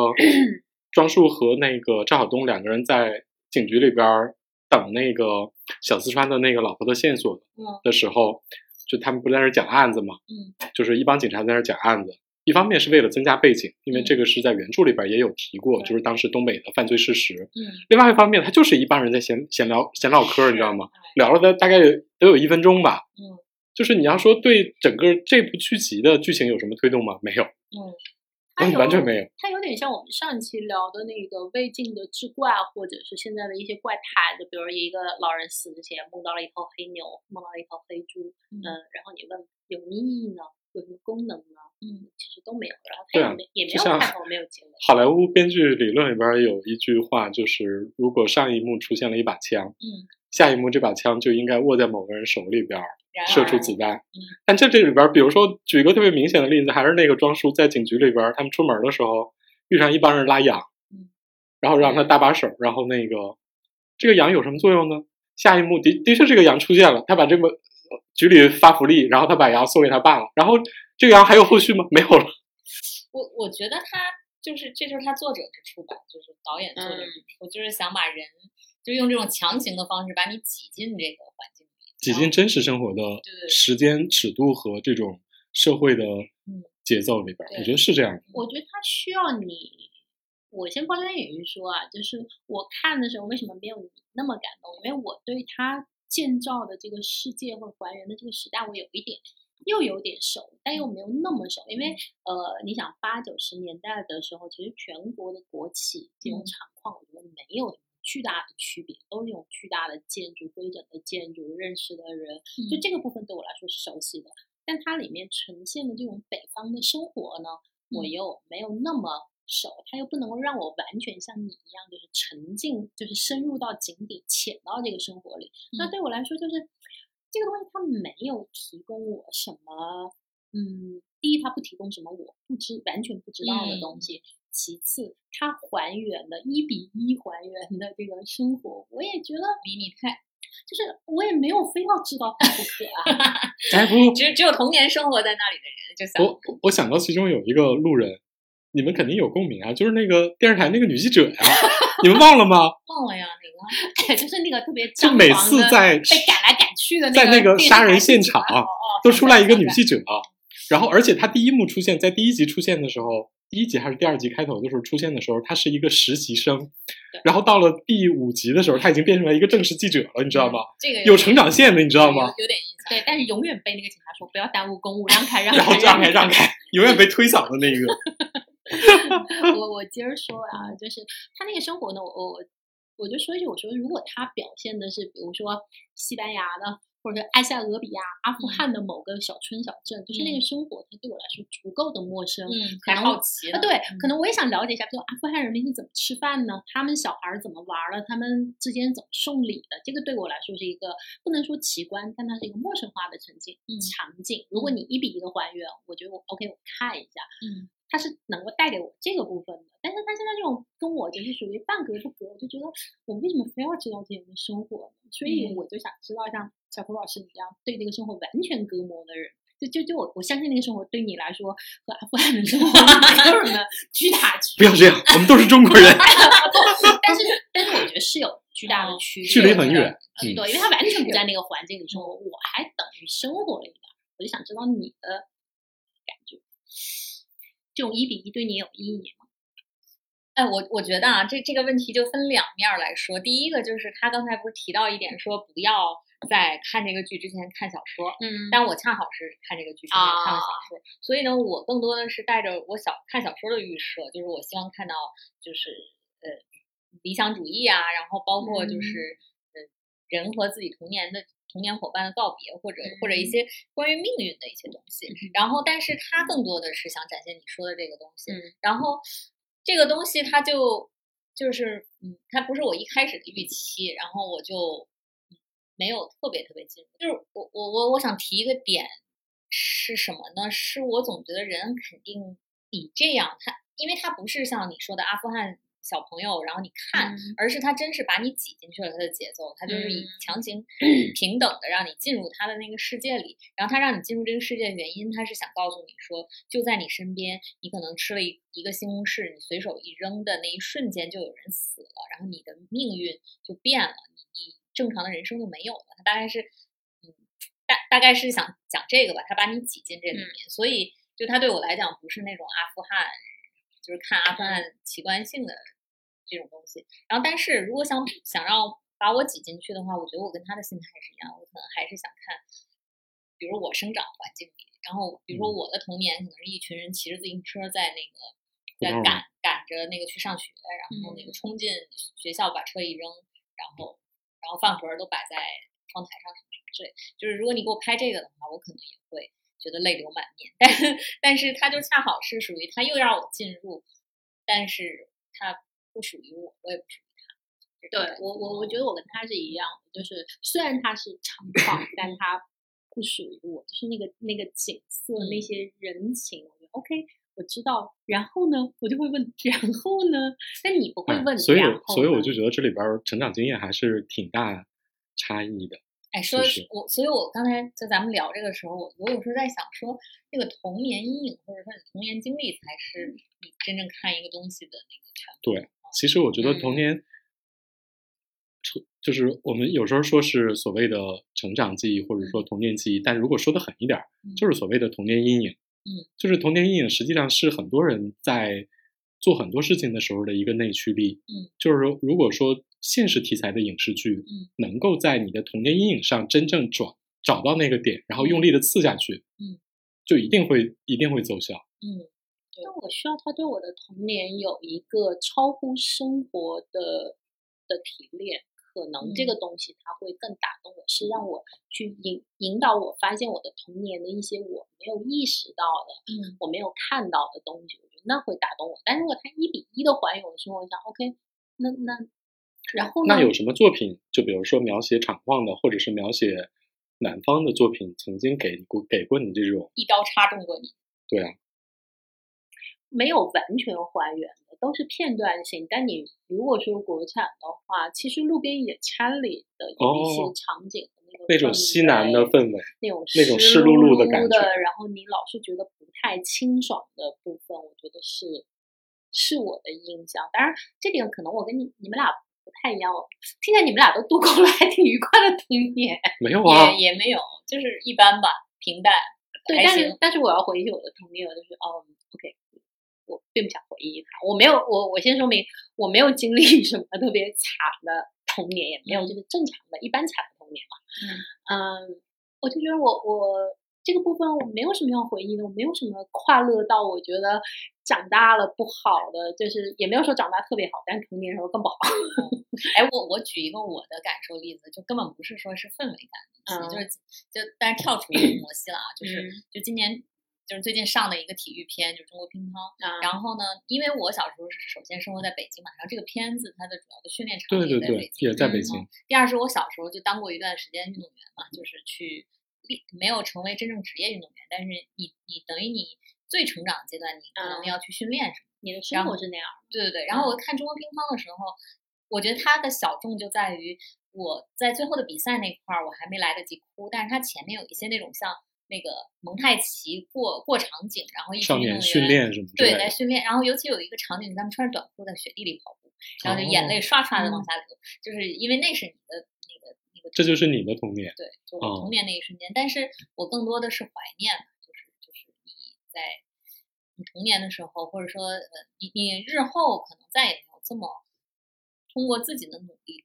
庄树和那个赵晓东两个人在警局里边儿等那个小四川的那个老婆的线索嗯的时候，就他们不在那儿讲案子嘛，嗯就是一帮警察在那儿讲案子。一方面是为了增加背景，因为嗯这个是在原著里边儿也有提过，对就是当时东北的犯罪事实。嗯，另外一方面，他就是一帮人在闲闲聊闲唠嗑儿，你知道吗？聊了大大概有得有一分钟吧。嗯，就是你要说对整个这部剧集的剧情有什么推动吗？没有，嗯它有完全没有。它有点像我们上一期聊的那个魏晋的志怪，或者是现在的一些怪谈，就比如一个老人死之前梦到了一头黑牛，梦到了一头黑猪，嗯嗯，然后你问有什么意义呢？有什么功能呢？嗯，其实都没有，然后它对也啊没、也没就有像开头，没有结尾。好莱坞编剧理论里边儿有一句话，就是如果上一幕出现了一把枪，嗯，下一幕这把枪就应该握在某个人手里边儿然射而出子弹。嗯但这这里边儿，比如说举一个特别明显的例子，还是那个庄叔在警局里边儿，他们出门的时候遇上一帮人拉羊嗯，然后让他搭把手，然后那个这个羊有什么作用呢？下一幕的的确这个羊出现了，他把这个呃局里发福利，然后他把羊送给他爸了，然后这个羊还有后续吗？没有了。我我觉得他就是这就是他作者之处吧，就是导演作者之处，就是想把人就用这种强行的方式把你挤进这个环境里，挤进真实生活的对时间尺度和这种社会的嗯节奏里边儿，对我觉得是这样的。我觉得它需要你。我先抛砖引玉说啊，就是我看的时候为什么没有你那么感动？因为我对它建造的这个世界或者还原的这个时代，我有一点又有点熟，但又没有那么熟。因为呃，你想八九十年代的时候，其实全国的国企这种嗯厂矿，我觉得没有什么巨大的区别，都是这种巨大的建筑、规整的建筑、认识的人，就嗯这个部分对我来说是熟悉的。但它里面呈现的这种北方的生活呢，我嗯又没有那么熟，它又不能够让我完全像你一样，就是沉浸，就是深入到井底，潜到这个生活里。那嗯对我来说，就是这个东西它没有提供我什么，嗯，第一它不提供什么我不知完全不知道的东嗯西。其次，它还原的一比一还原的这个生活，我也觉得比你太就是我也没有非要知道它不可啊。哎不，只只有童年生活在那里的人就想我我想到其中有一个路人，你们肯定有共鸣啊，就是那个电视台那个女记 者呀、你们 忘了吗？忘了呀哪对，个就是那个特别 就张每狂次的在被赶来赶去的在那那个电视杀台人记现者场哦哦都出来一个女想起记者，然后而且她第一幕出现在第一集出现的时候，第一集还是第二集开头的时候出现的时候，她是一个实习生，然后到了第五集的时候，她已经变成了一个正式记者了，你知道吗？嗯这个有成长线的，你知知道吗？有点印象，来了对，但是永远被那个警察说不要耽误公务，让开让然后开让开让 开，永远被推搡的那个。我我接着说啊，就是他那个生活呢，我我我就说一句，我说如果他表现的是，比如说西班牙的，或者是埃塞俄比亚、阿富汗的某个小村小镇，就是那个嗯生活，它对我来说足够的陌生。嗯，可太能好奇啊，了，对，嗯可能我也想了解一下，比如啊阿富汗人民是怎么吃饭呢？他们小孩儿怎么玩儿了？他们之间怎么送礼的？这个对我来说是一个不能说奇观，但它是一个陌生化的场景。嗯场景，如果嗯你一比一的还原，我觉得我 OK，我看一下，嗯，它是能够带给我这个部分的。但是它现在这种跟我就是属于半隔不隔，我就觉得我为什么非要知道这些人的生活呢？所以嗯我就想知道像小涂老师你这样对这个生活完全隔膜的人。就就就我我相信那个生活对你来说和阿富汗的生活没有什么巨大区不别要，这样，我们都是中国人。 但是但是我觉得是有巨大的哦区别，距离很远呃嗯对，因为他完全不在那个环境里生活，我还等于生活了一段，我就想知道你的感觉，这种一比一对你有意义吗？哎，我我觉得啊，这这个问题就分两面儿来说。第一个就是他刚才不是提到一点，说不要在看这个剧之前看小说，嗯但我恰好是看这个剧之前看了小说，所以呢，我更多的是带着我小看小说的预设，就是我希望看到就是呃理想主义啊，然后包括就是、呃人和自己童年的童年伙伴的告别，或者或嗯者一些关于命运的一些东西。然后，但是它更多的是想展现你说的这个东西。嗯然后这个东西它就就是嗯，它不是我一开始的预期，然后我就嗯没有特别特别进入。就是我我我我想提一个点是什么呢？是我总觉得人肯定比这样，他因为他不是像你说的阿富汗小朋友，然后你看。而是他真是把你挤进去了他的节奏，他就是以嗯嗯强行平等的让你进入他的那个世界里，然后他让你进入这个世界的原因，他是想告诉你说，就在你身边，你可能吃了一一个西红柿，你随手一扔的那一瞬间就有人死了，然后你的命运就变了，你你正常的人生就没有了。他大概是，嗯，大大概是想讲这个吧，他把你挤进这里面，所以就他对我来讲不是那种阿富汗，就是看阿富汗奇观性的这种东西，然后，但是如果想想让把我挤进去的话，我觉得我跟他的心态是一样，我可能还是想看，比如我生长环境里，然后比如说我的童年可能是一群人骑着自行车在那个在胡同儿赶赶着那个去上学，然后那个冲进学校把车一扔，然后然后饭盒儿都摆在窗台上什么什么之类，就是如果你给我拍这个的话，我可能也会觉得泪流满面， 但但是他就恰好是属于他又让我进入，但是他不属于我，我也不属于他。对我我我觉得我跟他是一样的，就是虽然他是长跑，但他不属于我，就是那个那个景色、嗯那些人情，我觉得 OK，我知道。然后呢，我就会问， 然后呢？但你不哎会问，嗯所以然后所以我呢就觉得这里边儿成长经验还是挺大差异的。哎，说是是我，所以我刚才在咱们聊这个时候，我我有时候在想说，这个童年阴影或者说你童年经历才是嗯你真正看一个东西的那个全部。其实我觉得童嗯年，成就是我们有时候说是所谓的成长记忆，或者说嗯童年记忆，但如果说的狠一点儿，就是所谓的童年阴影。嗯，就是童年阴影实际上是很多人在做很多事情的时候的一个内驱力。嗯，就是说如果说现实题材的影视剧，嗯，能够在你的童年阴影上真正转找到那个点，然后用力的刺下去，嗯，就一定会一定会奏效。嗯但我需要他对我的童年有一个超乎生活的的提炼，可能这嗯个东西它会更打动我，是让我去引引导我发现我的童年的一些我没有意识到的，嗯我没有看到的东西，我觉得那会打动我。但如果他一比一的还原我的生活，我想 OK，那那然后呢？那有什么作品？就比如说描写厂矿的，或者是描写南方的作品，曾经给过给过你这种一刀插中过你。对啊，没有完全还原的，都是片段性。但你如果说国产的话，其实路边野餐里的有一哦些场景的那个、那种西南的氛围。那种那种湿湿漉漉的漉感的觉然后你老是觉得不太清爽的部分，我觉得是是我的印象。当然，这点可能我跟你你们俩不太一样，我听起来你们俩都度过了还挺愉快的 童年。没有啊，也也没有，就是一般吧，平淡。对，还但行是但是我要回忆我的童年，我就是哦，OK，我并不想回忆它。我没有，我我先说明，我没有经历什么特别惨的童年，也嗯没有就是正常的、一般惨的童年嘛。嗯我就觉得我我这个部分我没有什么要回忆的，我没有什么快乐到我觉得长大了不好的，就是也没有说长大特别好，但是童年的时候更不好。哎，我我举一个我的感受例子，就根本不是说是氛围感嗯的东西，就是就但是跳出摩西了啊，就是、就今年就是最近上的一个体育片，就是中国乒乓。啊，然后呢，因为我小时候是首先生活在北京嘛，然后这个片子它的主要的训练场对地对在对北，京。也在嗯北京。第二是我小时候就当过一段时间运动员嘛，就是去立没有成为真正职业运动员，但是你你等于你最成长的阶段，你可能嗯要去训练什么。你的生活是那样的，对对对，嗯然后我看中国乒乓的时候，我觉得它的小众就在于我在最后的比赛那块儿，我还没来得及哭，但是它前面有一些那种像那个蒙太奇过过场景，然后一群少运动年训员练什么之类嗯对，的来，训练。然后尤其有一个场景，他们穿着短裤在雪地里跑步，然后就眼哦泪唰唰的往下流，就是因为那是你的那个那个，这就是你的童年。对，就我哦童年那一瞬间。但是我更多的是怀念吧，就是就是你在你童年的时候，或者说呃，你你日后可能再也没有这么通过自己的努力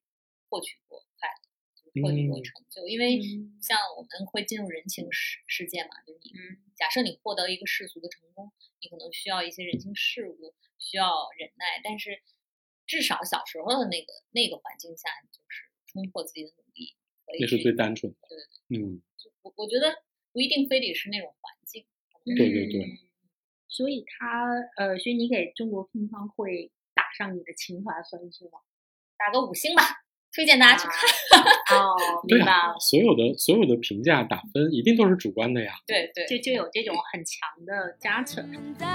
获取过快乐。就是获取过嗯成就，因为嗯像我们会进入人情世世界嘛，就你嗯假设你获得一个世俗的成功，你可能需要一些人情世故，需要忍耐，但是至少小时候的那个那个环境下，你就是冲破自己的努力，可以那是去最单纯的。对对嗯，就我我觉得不一定非得是那种环境，对对对嗯。所以他呃，所以你给中国乒乓会打上你的情怀分是吗？打个五星吧，推荐大家去看。看。 哦，对明白啊了，，所有的所有的评价打分一定都是主观的呀。对对，就就有这种很强的加成。在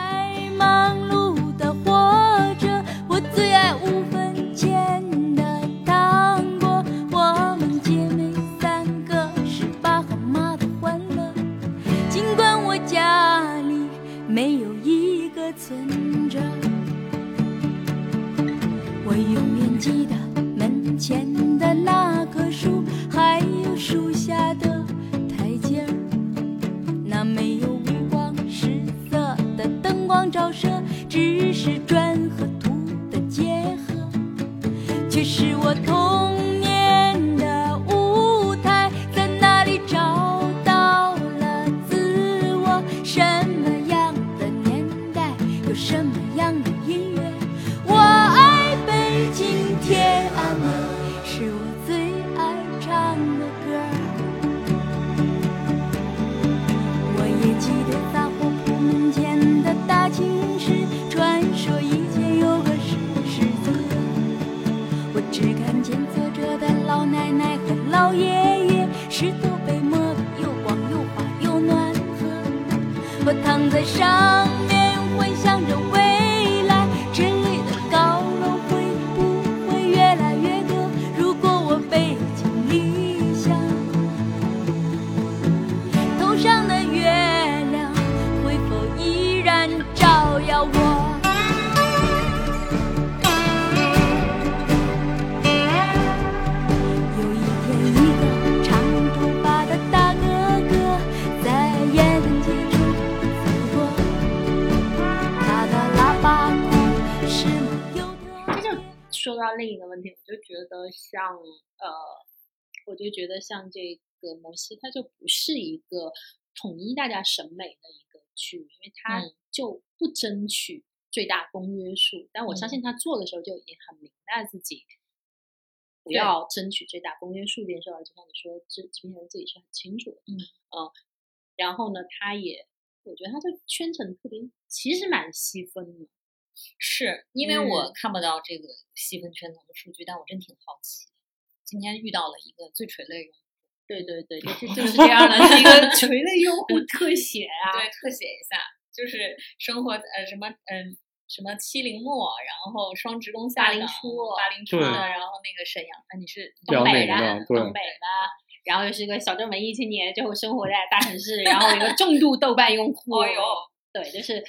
忙碌的活着，我最爱五分钱的糖果。我们姐妹三个是爸和妈的欢乐，尽管我家里没有一个存折。我永远记得门前的那棵树，还有树下的台阶儿。那没有五光十色的灯光照射，只是砖和土的结合，却是我童年的舞台，在那里找到了自我。什么样的年代，有什么样的音乐？我爱北京天安门，是我最爱唱的歌儿。我也记得杂货铺门前的大青石，传说以前有个石狮子。我只看见坐着的老奶奶和老爷爷，石头被磨得又光又滑又暖和。我躺在上面，幻想着未来，这里的高楼会不会越来越多？如果我背井离乡。头上的月亮会否依然照耀我？有一天，一个长头发的大哥哥在夜灯街中走过，他的喇叭裤是没有这就的。说到另一个问题，我就觉得像呃，我就觉得像这个摩西，它就不是一个统一大家审美的一个区域，因为它嗯就不争取最大公约数。但嗯我相信他做的时候就已经很明白自己不对要争取最大公约数这件事儿，就像你说，制制片人自己是很清楚的。嗯呃然后呢，他也。我觉得他这圈层特别，其实蛮细分的。是因为我嗯看不到这个细分圈层的数据，但我真挺好奇。今天遇到了一个最垂泪用户，对对对，就是 就是这样的一个垂泪用户特写啊，对，特写一下，就是生活呃什么嗯、什么七零末，然后双职工下八零岗初八零初对的，然后那个沈阳，啊你是辽东北东北宁的的，的，对，啊东北的，然后又是个小镇文艺青年，最后生活在大城市，然后一个重度豆瓣用 户。哦哟，对，就是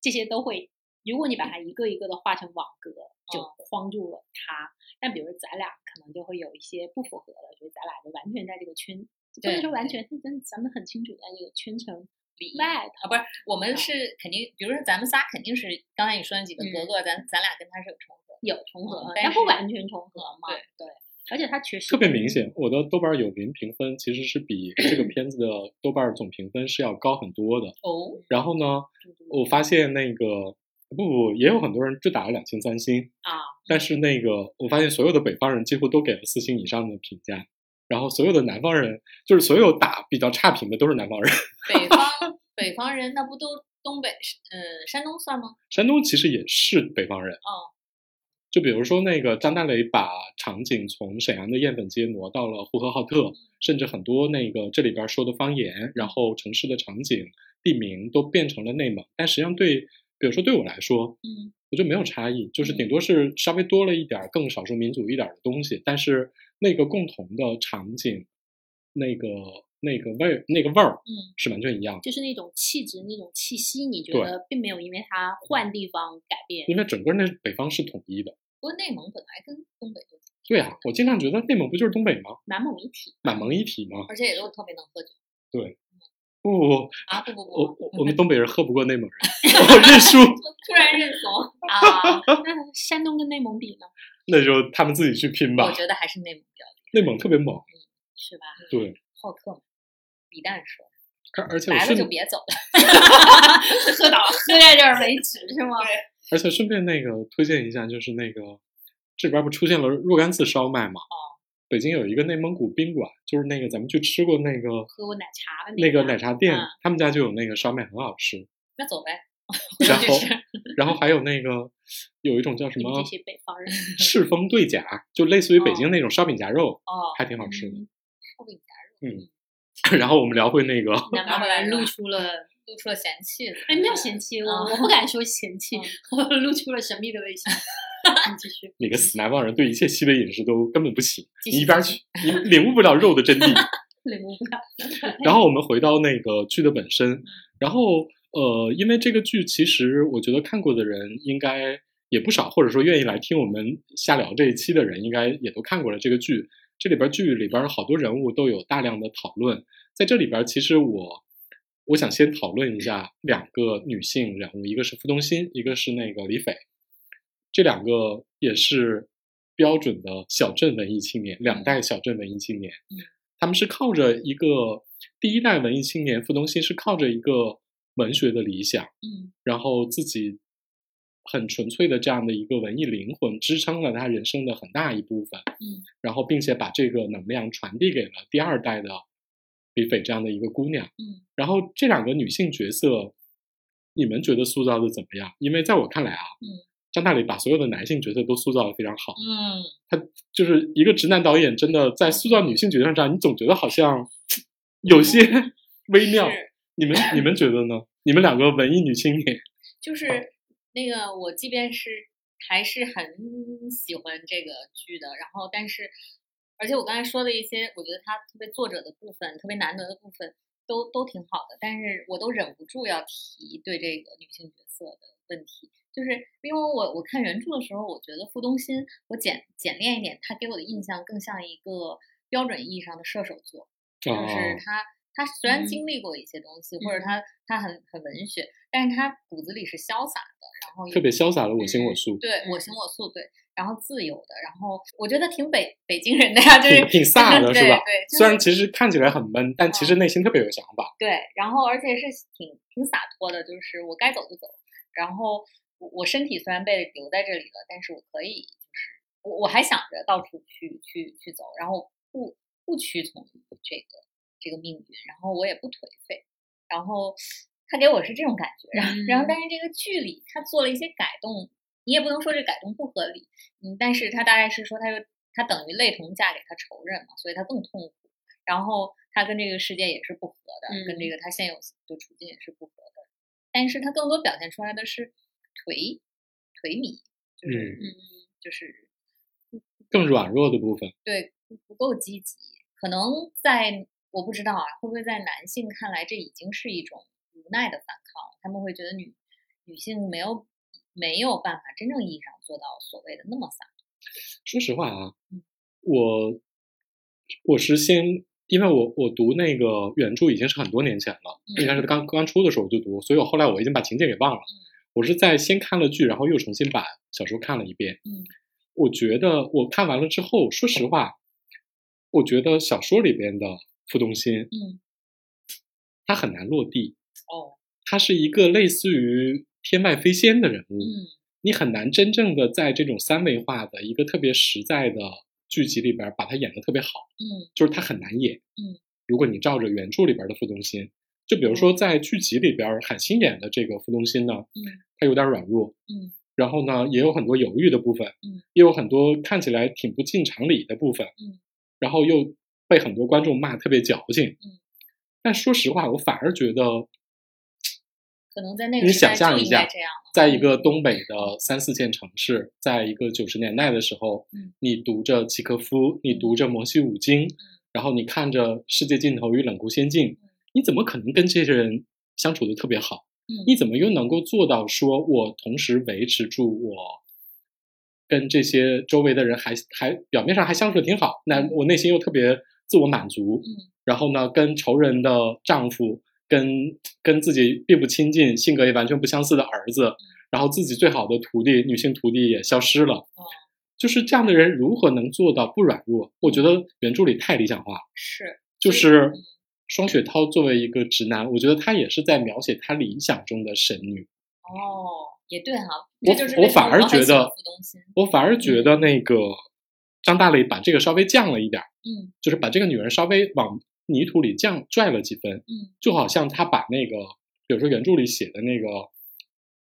这些都会，如果你把它一个一个的画成网格，哦就框住了它。但比如咱俩可能就会有一些不符合的，就是咱俩就完全在这个圈，就不能对说完全，但咱咱们很清楚在这个圈层里外啊，头。不是，我们是肯定，比如说咱们仨肯定是刚才你说那几个嗯格格，咱咱俩跟他是有重合的。有重合嗯，但但不是完全重合嘛。对对，而且它确实特别嗯明显，我的豆瓣有林评分其实是比这个片子的豆瓣总评分是要高很多的。哦，然后呢，我发现那个不不，也有很多人只打了两星三星啊，但是那个我发现所有的北方人几乎都给了四星以上的评价，然后所有的南方人就是所有打比较差评的都是南方人。北方北方人那不都东北是呃山东算吗？山东其实也是北方人哦。就比如说那个张大雷把场景从沈阳的雁粉街挪到了呼和浩特，嗯甚至很多那个这里边说的方言，然后城市的场景、地名都变成了内蒙。但实际上对，比如说对我来说，嗯，我就没有差异，就是顶多是稍微多了一点儿更少数民族一点儿的东西，但是那个共同的场景，那个那个味儿那个味儿，嗯，是完全一样的。就是那种气质、那种气息，你觉对得并没有因为它换地方改变。因为整个那北方是统一的。不过内蒙本来跟东北就，对啊，我经常觉得内蒙不就是东北吗？满蒙一体，满蒙一体吗？而且也都特别能喝酒不不不，啊！不不我不，我我们东北人喝不过内蒙 人，我认输，突然认怂啊，那山东跟内蒙比呢，那就他们自己去拼吧我。觉得嗯还是内蒙比较内蒙特别猛，是吧？对，好客嘛。李诞说而而：“且我来了就顺，别走了。 喝到喝在这儿为止是吗？而哦且顺便那个推荐一下，就是那个这边不出现了若干次烧麦嘛，北京有一个内蒙古宾馆，就是那个咱们去吃过那个喝过奶茶的那个个奶茶店嗯，他们家就有那个烧麦，很好 吃。那走呗。然就后是，然后还有那个有一种叫什你们么这些北方人，赤峰对夹，就类似于北京那种烧饼夹肉，哦，还挺好吃的。后面加嗯， 然后我们聊回那个，南南方方人人露出了，露出了嫌弃的，哎，没有嫌弃我，嗯我不敢说嫌弃，嗯我露出了神秘的微笑。你继续，你个死南方人对一切西北饮食都根本不行，继续你一边去，你领悟不了肉的真谛。领悟不了。然后我们回到那个剧的本身，然后呃，因为这个剧其实我觉得看过的人应该也不少，或者说愿意来听我们瞎聊这一期的人，应该也都看过了这个剧。这里边剧里边好多人物都有大量的讨论，在这里边其实我我想先讨论一下两个女性人物，一个是傅东心，一个是那个李斐，这两个也是标准的小镇文艺青年，两代小镇文艺青年。他们是靠着一个第一代文艺青年傅东心是靠着一个文学的理想，嗯，然后自己很纯粹的这样的一个文艺灵魂支撑了他人生的很大一部分，嗯，然后并且把这个能量传递给了第二代的李斐这样的一个姑娘，嗯，然后这两个女性角色，你们觉得塑造的怎么样？因为在我看来啊，嗯，张大磊把所有的男性角色都塑造的非常好，嗯，就是一个直男导演，真的在塑造女性角色上，你总觉得好像有些微妙。是你们你们觉得呢？你们两个文艺女青年，就是那个我即便是还是很喜欢这个剧的，然后但是而且我刚才说的一些，我觉得他特别作者的部分，特别难得的部分都都挺好的，但是我都忍不住要提对这个女性角色的问题。就是因为我我看原著的时候，我觉得傅东心，我简简练一点，他给我的印象更像一个标准意义上的射手座，就啊是，他他虽然嗯经历过一些东西，或嗯者他他很很文学，但是他骨子里是潇洒的，然后也特别潇洒的我行我素，对我嗯行我素，对，然后自由的，然后我觉得挺北北京人的呀，就是挺挺飒的是 对吧对，就虽然是其实看起来很闷，但其实内心特别有想法。对，然后而且是挺挺洒脱的，就是我该走就走，然后我我身体虽然被留在这里了，但是我可以就是我我还想着到处去去去走，然后不不屈从于这个这个命运，然后我也不颓废，然后他给我是这种感觉，然后然后但是这个剧里他做了一些改动，你也不能说这改动不合理，嗯，但是他大概是说他又他等于类同嫁给他仇人嘛，所以他更痛苦。然后他跟这个世界也是不合的，跟这嗯个他现有的处境也是不合的。但是他更多表现出来的是颓颓靡，就是嗯嗯，就是更软弱的部分，对不不够积极，可能在我不知道啊，会不会在男性看来这已经是一种无奈的反抗？他们会觉得女女性没有没有办法真正意义上做到所谓的那么洒脱。说实话啊，我我是先，因为我我读那个原著已经是很多年前了，嗯应该是刚刚出的时候我就读，所以我后来我已经把情节给忘了。我是在先看了剧，然后又重新把小说看了一遍。嗯，我觉得我看完了之后，说实话，我觉得小说里边的傅东心，嗯，他很难落地，哦，他是一个类似于天外飞仙的人物。嗯你很难真正的在这种三维化的一个特别实在的剧集里边把它演得特别好，嗯就是它很难演。嗯，如果你照着原著里边的傅东心，就比如说在剧集里边韩星演的这个傅东心呢，嗯他有点软弱，嗯，然后呢也有很多犹豫的部分，嗯，也有很多看起来挺不近常理的部分，嗯，然后又被很多观众骂特别矫情，嗯，但说实话，我反而觉得可能在那个你时想代象就一应该下这样了。在一个东北的三四线城市，在一个九十年代的时候嗯，你读着契诃夫，你读着摩西五经，然后你看着《世界尽头与冷酷仙境》，你怎么可能跟这些人相处的特别好？嗯你怎么又能够做到说我同时维持住我跟这些周围的人还还表面上还相处的挺好，那我内心又特别自我满足，嗯然后呢，跟仇人的丈夫，跟跟自己并不亲近、性格也完全不相似的儿嗯子，然后自己最好的徒弟、女性徒弟也消失了。哦就是这样的人如何能做到不软弱？我觉得原著里太理想化了。是就嗯所以是嗯双雪涛作为一个直男，我觉得他也是在描写他理想中的神女。哦，也对哈、我这就是我为什反么而很觉喜欢得傅东心，我反而觉得那个张大磊把这个稍微降了一点儿，嗯就是把这个女人稍微往泥土里降拽了几分，嗯就好像他把那个，比如说原著里写的那个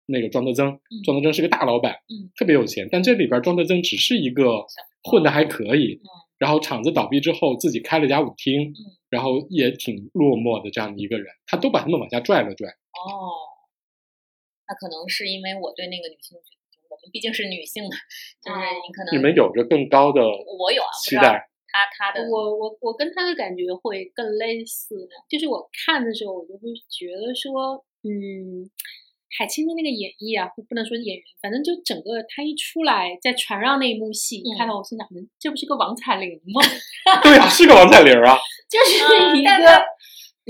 那个庄德增，庄德增是个大老板，嗯特别有钱，但这里边庄德增只是一个混的还可嗯以，然后厂子倒闭之后自己开了家舞厅，然后也挺落寞的这样的一个人，他都把他们往下拽了拽，嗯哦，那可能是因为我对那个女性，我们毕竟是女性嘛，就是哦你可能你们有着更高的嗯我有啊，不期知道待，他他的我我我跟他的感觉会更类似，就是我看的时候，我就会觉得说，嗯，海清的那个演绎啊，不能说演员，反正就整个他一出来，在船上那一幕戏，嗯看到我心想，嗯这不是个王彩玲吗？对啊，是个王彩玲啊，就是 嗯一个但他，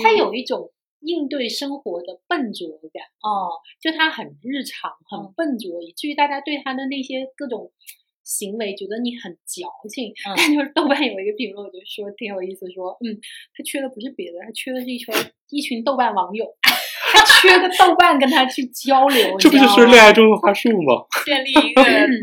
他有一种应对生活的笨拙感，哦，就他很日常、很笨拙，以至于大家对他的那些各种行为觉得你很矫情。嗯但就是豆瓣有一个评论，我就说挺有意思，说嗯，他缺的不是别的，他缺的是一群一群豆瓣网友， 他缺个豆瓣跟他去交流，这不你就知道是吗恋爱中的话术吗？ 建立一个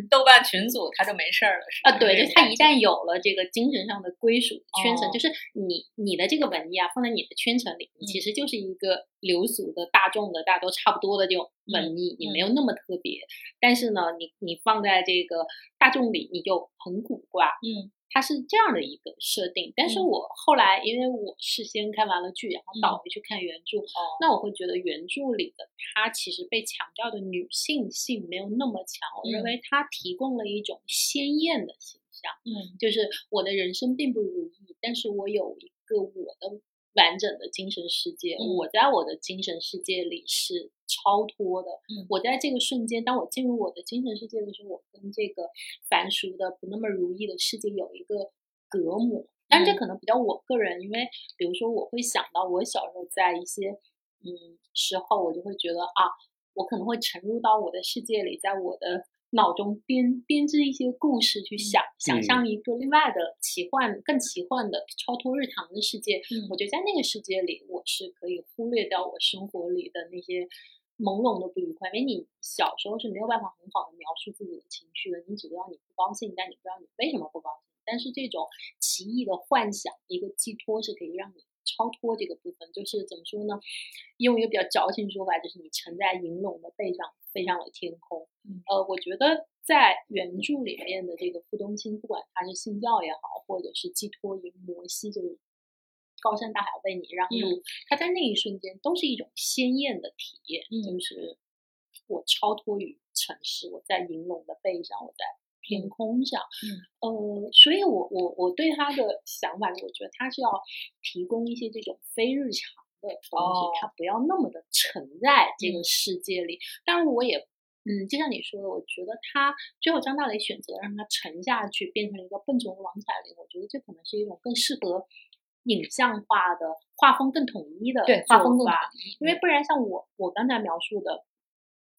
豆瓣群组，他就没事儿了，是嗯啊，吧对，这就种他感一觉旦有了这个精神上的归属圈层，哦就是你你的这个文艺啊，放在你的圈层里，你嗯其实就是一个流俗的、大众的、大家都差不多的这种文嗯艺，你没有那么特别。但是呢，你你放在这个大众里，你就很古怪。嗯它是这样的一个设定。但是嗯我后来因为我是先看完了剧，然后倒回去看原著，哦那我会觉得原著里的她其实被强调的女性性没有那么强，我认嗯为她提供了一种鲜艳的形象，嗯就是我的人生并不如意，但是我有一个我的完整的精神世界，嗯我在我的精神世界里是超脱的，嗯我在这个瞬间，当我进入我的精神世界的时候，我跟这个凡俗的不那么如意的世界有一个隔膜。但是这嗯可能比较我个人，因为比如说我会想到我小时候在一些嗯时候，我就会觉得啊，我可能会沉入到我的世界里，在我的脑中编编织一些故事，去想、想嗯象一个另外的奇幻、更奇幻的、超脱日常的世界。嗯我觉得在那个世界里，我是可以忽略掉我生活里的那些朦胧的不愉快，因为你小时候是没有办法很好的描述自己的情绪的，你只知道你不高兴，但你不知道你为什么不高兴。但是这种奇异的幻想，一个寄托是可以让你超脱这个部分，就是怎么说呢？用一个比较矫情的说法，就是你沉在银龙的背上，背上了天空。嗯呃，我觉得在原著里面的这个傅东青，不管他是信教也好，或者是寄托于摩西，就是高山大海为你让嗯路，他在那一瞬间都是一种鲜艳的体验，嗯就是我超脱于城市，我在银龙的背上，我在嗯天空上。呃，所以我我我对他的想法是，我觉得他是要提供一些这种非日常的东哦西，他不要那么的沉在这个嗯世界里。当然，我也嗯，就像你说的，我觉得他最后张大雷选择让他沉下去，变成了一个笨拙的王彩玲，我觉得这可能是一种更适合影像化的画风更统一的对画做风更法嗯统一，因为不然像我我刚才描述的。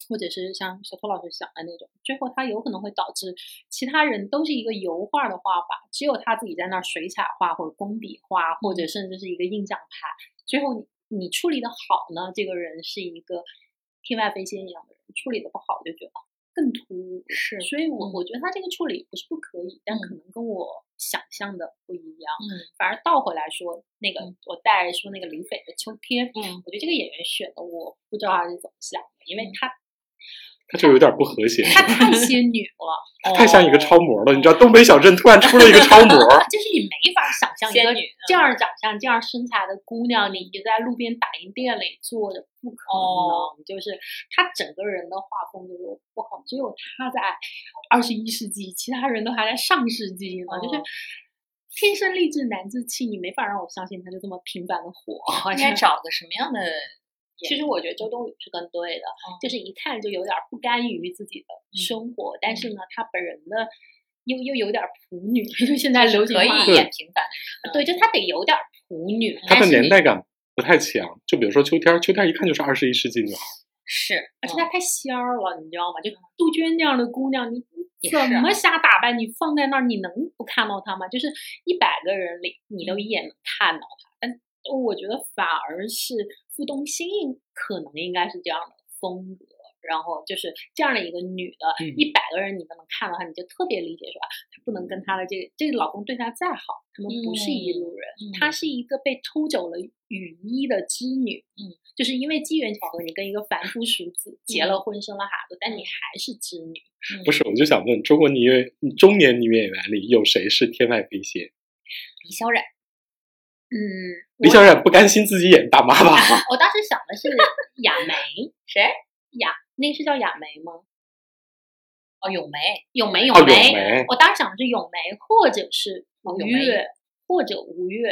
或者是像小托老师想的那种，最后他有可能会导致其他人都是一个油画的画法，只有他自己在那儿水彩画或者工笔画，或嗯者甚至是一个印象派。最后你你处理的好呢，这个人是一个天外飞仙一样的人；处理的不好，就觉得更突兀。是所以我嗯我觉得他这个处理不是不可以，但可嗯能跟我想象的不一样。嗯反而倒回来说，那个、嗯我带说那个李斐的秋天，嗯我觉得这个演员选的，我不知道他是怎么想的，因为嗯他他就有点不 和谐，他太仙女了，太像一个超哦模了。你知道东北小镇突然出了一个超模，就是你没法想象一仙个女这样长相、这样身材的姑娘，你就在路边打印店里坐着，不可哦能。就是她整个人的画风就是，我靠，只有她在二十一世纪，其他人都还在上世纪呢，就是哦。天生丽质难自弃，你没法让我相信她就这么平凡的活。应该找个什么样的演员？ 其实我觉得周冬雨是更对的，哦就是一看就有点儿不甘于自己的生活，但是呢，她本人呢又又有点儿普女， 就现在流行可话以对演平凡的人，对，就她得有点儿普女，他但的是年你代感不太强。就比如说秋天儿，秋天儿一看就是二十一世纪女孩。是，而且嗯她太仙儿了，你知道吗？就杜鹃这样的姑娘，你你也怎是啊么瞎打扮？你放在那儿，你能不看到她吗？就是一百个人里，你嗯都一眼能看到她。但我觉得反而是傅东心可能应该是这样的风格，然后就是这样的一个女的，嗯一百个人你们能看到她，你就特别理解说啊，她不能跟她的这个这个老公对她再好，他们不是一路人，嗯她是一个被偷走了雨衣的织女，嗯，就是因为机缘巧合，你跟一个凡夫俗子结嗯了婚，生了孩子，但你还是织女，不是，我就想问，中国女演中年女演员里有谁是天外飞仙？李小冉，嗯，李小冉不甘心自己演大妈吧？我当时想的 是雅梅，谁？雅，那个是叫雅梅吗？哦，咏梅，咏梅，哦，咏梅，梅，我当时想的是咏梅，或者是吴咏梅越，或者吴越，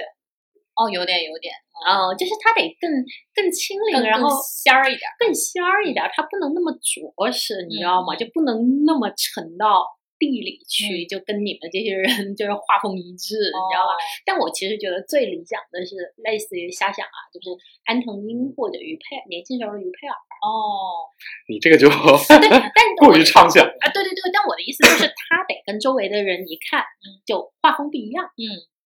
哦，有点有点，哦、就是她得更更清灵，然然后后仙儿一点。更仙儿一点，她不能那么着实，你知嗯道吗？就不能那么沉到地里去，嗯哦就跟你们这些人 就是画风一致，你你知知道道吧吧？？但我其实觉得最理想的是类似于瞎想啊，就是安藤樱或者于佩，年轻时候的于佩尔。 哦，你这个就 对，但过我于畅想。啊，对对对，但我的意思就是，他得跟周围的人一看嗯就画风不一样。嗯，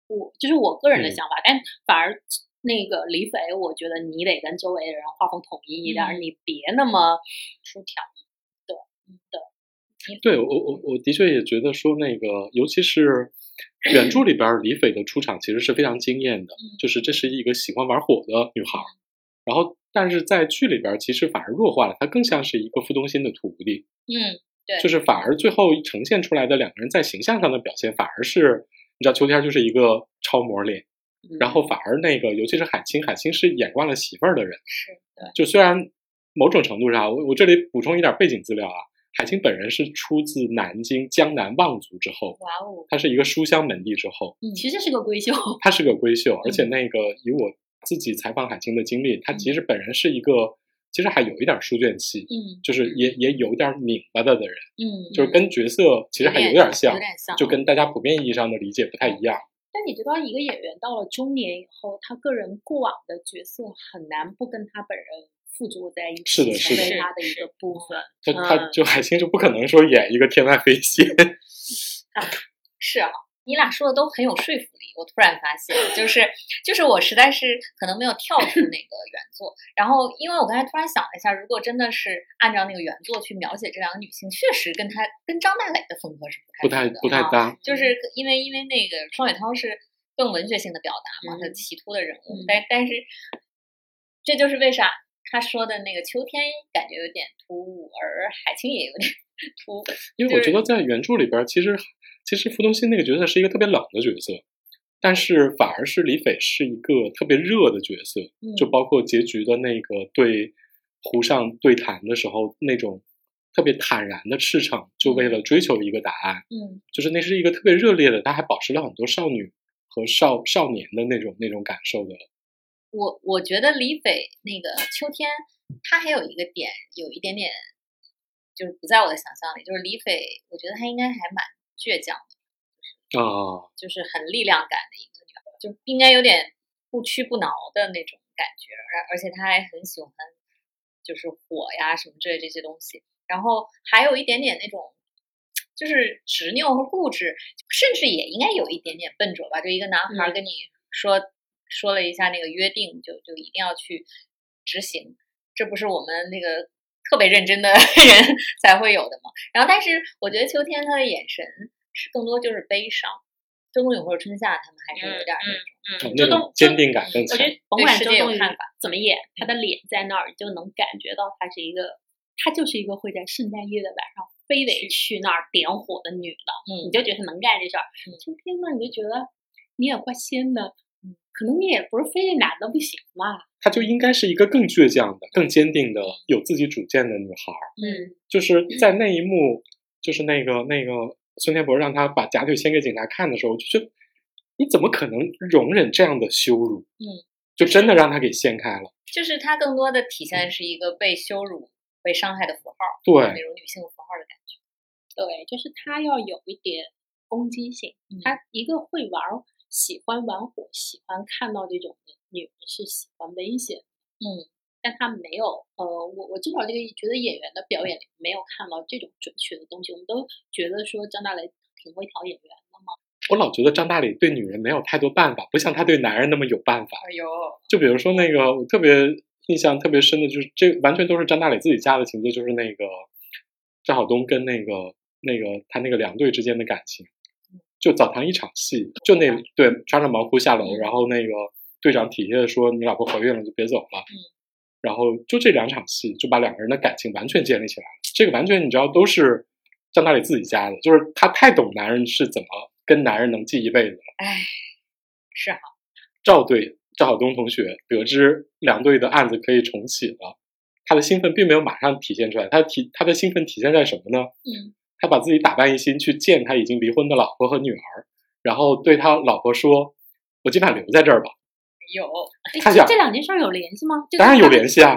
我这是我个人的嗯想法，但反而那个李斐，我觉得你得跟周围的人画风统一一点，嗯你别那么出挑。对，对，对我我我的确也觉得说那个，尤其是原著里边儿李斐的出场其实是非常惊艳的，就是这是一个喜欢玩火的女孩儿，然后但是在剧里边儿其实反而弱化了，她更像是一个副中心的徒弟，嗯，对就是反而最后呈现出来的两个人在形象上的表现反而是，你知道秋天就是一个超模脸，嗯然后反而那个尤其是海清，海清是演惯了媳妇儿的人，是对，就虽然某种程度上，我我这里补充一点背景资料啊，海清本人是出自南京江南望族之后，哇哦，她是一个书香门第之后，嗯其实是个闺秀。她是个闺秀，而嗯且那个以我自己采访海清的经历，她其实本人是一个，其实还有一点书卷气，嗯就是也也有点拧巴的的人，嗯，就是跟角色其实还有点像有，点像，就跟大家普遍意义上的理解不太一样。但你知道，一个演员到了中年以后，他个人过往的角色很难不跟他本人附着在一是起，的是成的为他的一个部分。她她嗯就海清就不可能说演一个天外飞仙，是啊，你俩说的都很有说服力。我突然发现，就是就是我实在是可能没有跳出那个原作。然后，因为我刚才突然想了一下，如果真的是按照那个原作去描写这两个女性，确实跟她跟张大磊的风格是不不太太不太啊搭。搭。就是因为因为那个双雪涛是更文学性的表达嘛，他嗯奇突的人物，嗯但但是这就是为啥他说的那个秋天感觉有点突兀，而海清也有点 突兀。因为我就觉是得在原著里边儿，其实其实傅东心那个角色是一个特别冷的角色，但是反而是李斐是一个特别热的角色，嗯就包括结局的那个对湖上对谈的时候那种特别坦然的赤诚，就为了追求一个答案，嗯就是那是一个特别热烈的，他还保持了很多少女和少少年的那种那种感受的。我我觉得李斐那个秋天，他还有一个点，有一点点就是不在我的想象里，就是李斐，我觉得她应该还蛮倔强嗯的，啊，就是很力量感的一个女孩，就应该有点不屈不挠的那种感觉，而而且她还很喜欢就是火呀什么之类这些东西，然后还有一点点那种。就是执拗和固执，甚至也应该有一点点笨拙吧。就一个男孩儿嗯跟你说、说了一下那个约定，就就一定要去执行，这不是我们那个特别认真的 人才会有的嘛。然后，但是我觉得秋天他的眼神是更多就是悲伤，周冬雨或者春夏他们还是有点儿那种嗯那周冬种坚定感更我强觉。得甭对管世周界有嗯冬雨看法怎么演，她的脸在那儿，你就能感觉到她是一个，她就是一个会在圣诞夜的晚上非得去那儿点火的女的，嗯你就觉得她能干这事儿嗯。秋天呢，你就觉得你也怪仙的，嗯可能你也不是非得男的不行嘛。她就应该是一个更倔强的、更坚定的、有自己主见的女孩儿。嗯，就是在那一幕，就是那个那个孙天博让他把假腿掀给警察看的时候，我就觉得你怎么可能容忍这样的羞辱？嗯，就真的让他给掀开了。就是他更多的体现的是一个被羞辱、被伤害的符号，那对，种女性符号的感觉。对，就是她要有一点攻击性嗯，她一个会玩儿，喜欢玩火，喜欢看到这种的女人是喜欢危险。嗯，但他没有，呃，我我至少这个觉得演员的表演里没有看到这种准确的东西。我们都觉得说张大雷挺会调演员的嘛，我老觉得张大磊对女人没有太多办法，不像他对男人那么有办法。哎呦，就比如说那个，我特别印象特别深的就是这完全都是张大磊自己加的情节，就是那个张晓东跟那个那个他那个两队之间的感情，就澡堂一场戏，就那对穿着毛裤下楼，然后那个队长体贴的说你老婆怀孕了就别走了，然后就这两场戏就把两个人的感情完全建立起来了，这个完全你知道都是张大磊自己加的，就是他太懂男人是怎么跟男人能记一辈子了。哎，是哈，赵队赵晓东同学得知两队的案子可以重启了，他的兴奋并没有马上体现出来，他体他的兴奋体现在什么呢？嗯，他把自己打扮一新去见他已经离婚的老婆和女儿，然后对他老婆说：“我今晚留在这儿吧。有，哎他这想这两件事儿有联系吗？”这个当然有联系啊，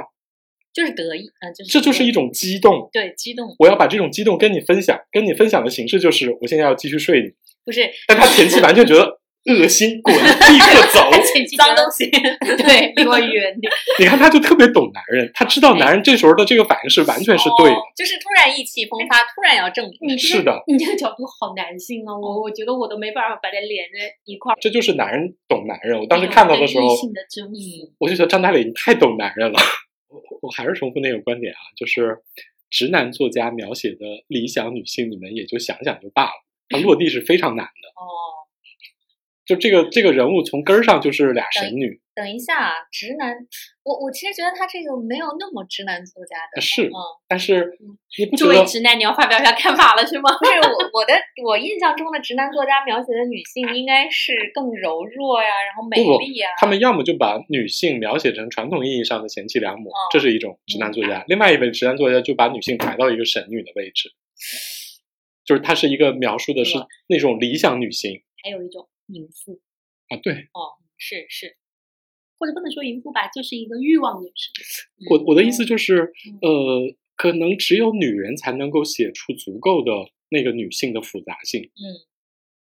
就是得意，呃嗯、就是这就是一种激动。对激动，我要把这种激动跟你分享，跟你分享的形式就是我现在要继续睡你，不是但他前期完全觉得恶心，滚，立刻 走。脏东西， 对，离我远点。你看，他就特别懂男人，他知道男人这时候的这个反应是完全是对的哦， 就是突然意气风发，突然 要证明，你这是个的。 你这个角度好男性哦，嗯我我觉得我都没办法把它连在一块儿。这就是男人懂男人。我当哎时看到的时候女，性的征服，我就觉得张大磊你太懂男人了。 我我还是重复那个观点啊，就是直男作家描写的理想女性，你们也就想想就罢了，它落地是非常难的。哦，就这个这个人物从根儿上就是俩神女，等一下啊，直男，我我其实觉得他这个没有那么直男作家的，呃是嗯，但是你不觉嗯作得为直男，你要发表一下看法了是吗？ 不是我我的我印象中的直男作家描写的女性应该是更柔弱呀，然后美不不丽呀，他们要么就把女性描写成传统意义上的贤妻良母，这是一种直男作家；另外一位直男作家就把女性抬到一个神女的位置，就是他是一个描述的是那种理想女性还有一种淫妇，啊，对。是是，或者不能说淫妇吧，就是一个欲望女神。我我的意思就是，呃，可能只有女人才能够写出足够的那个女性的复杂性。嗯，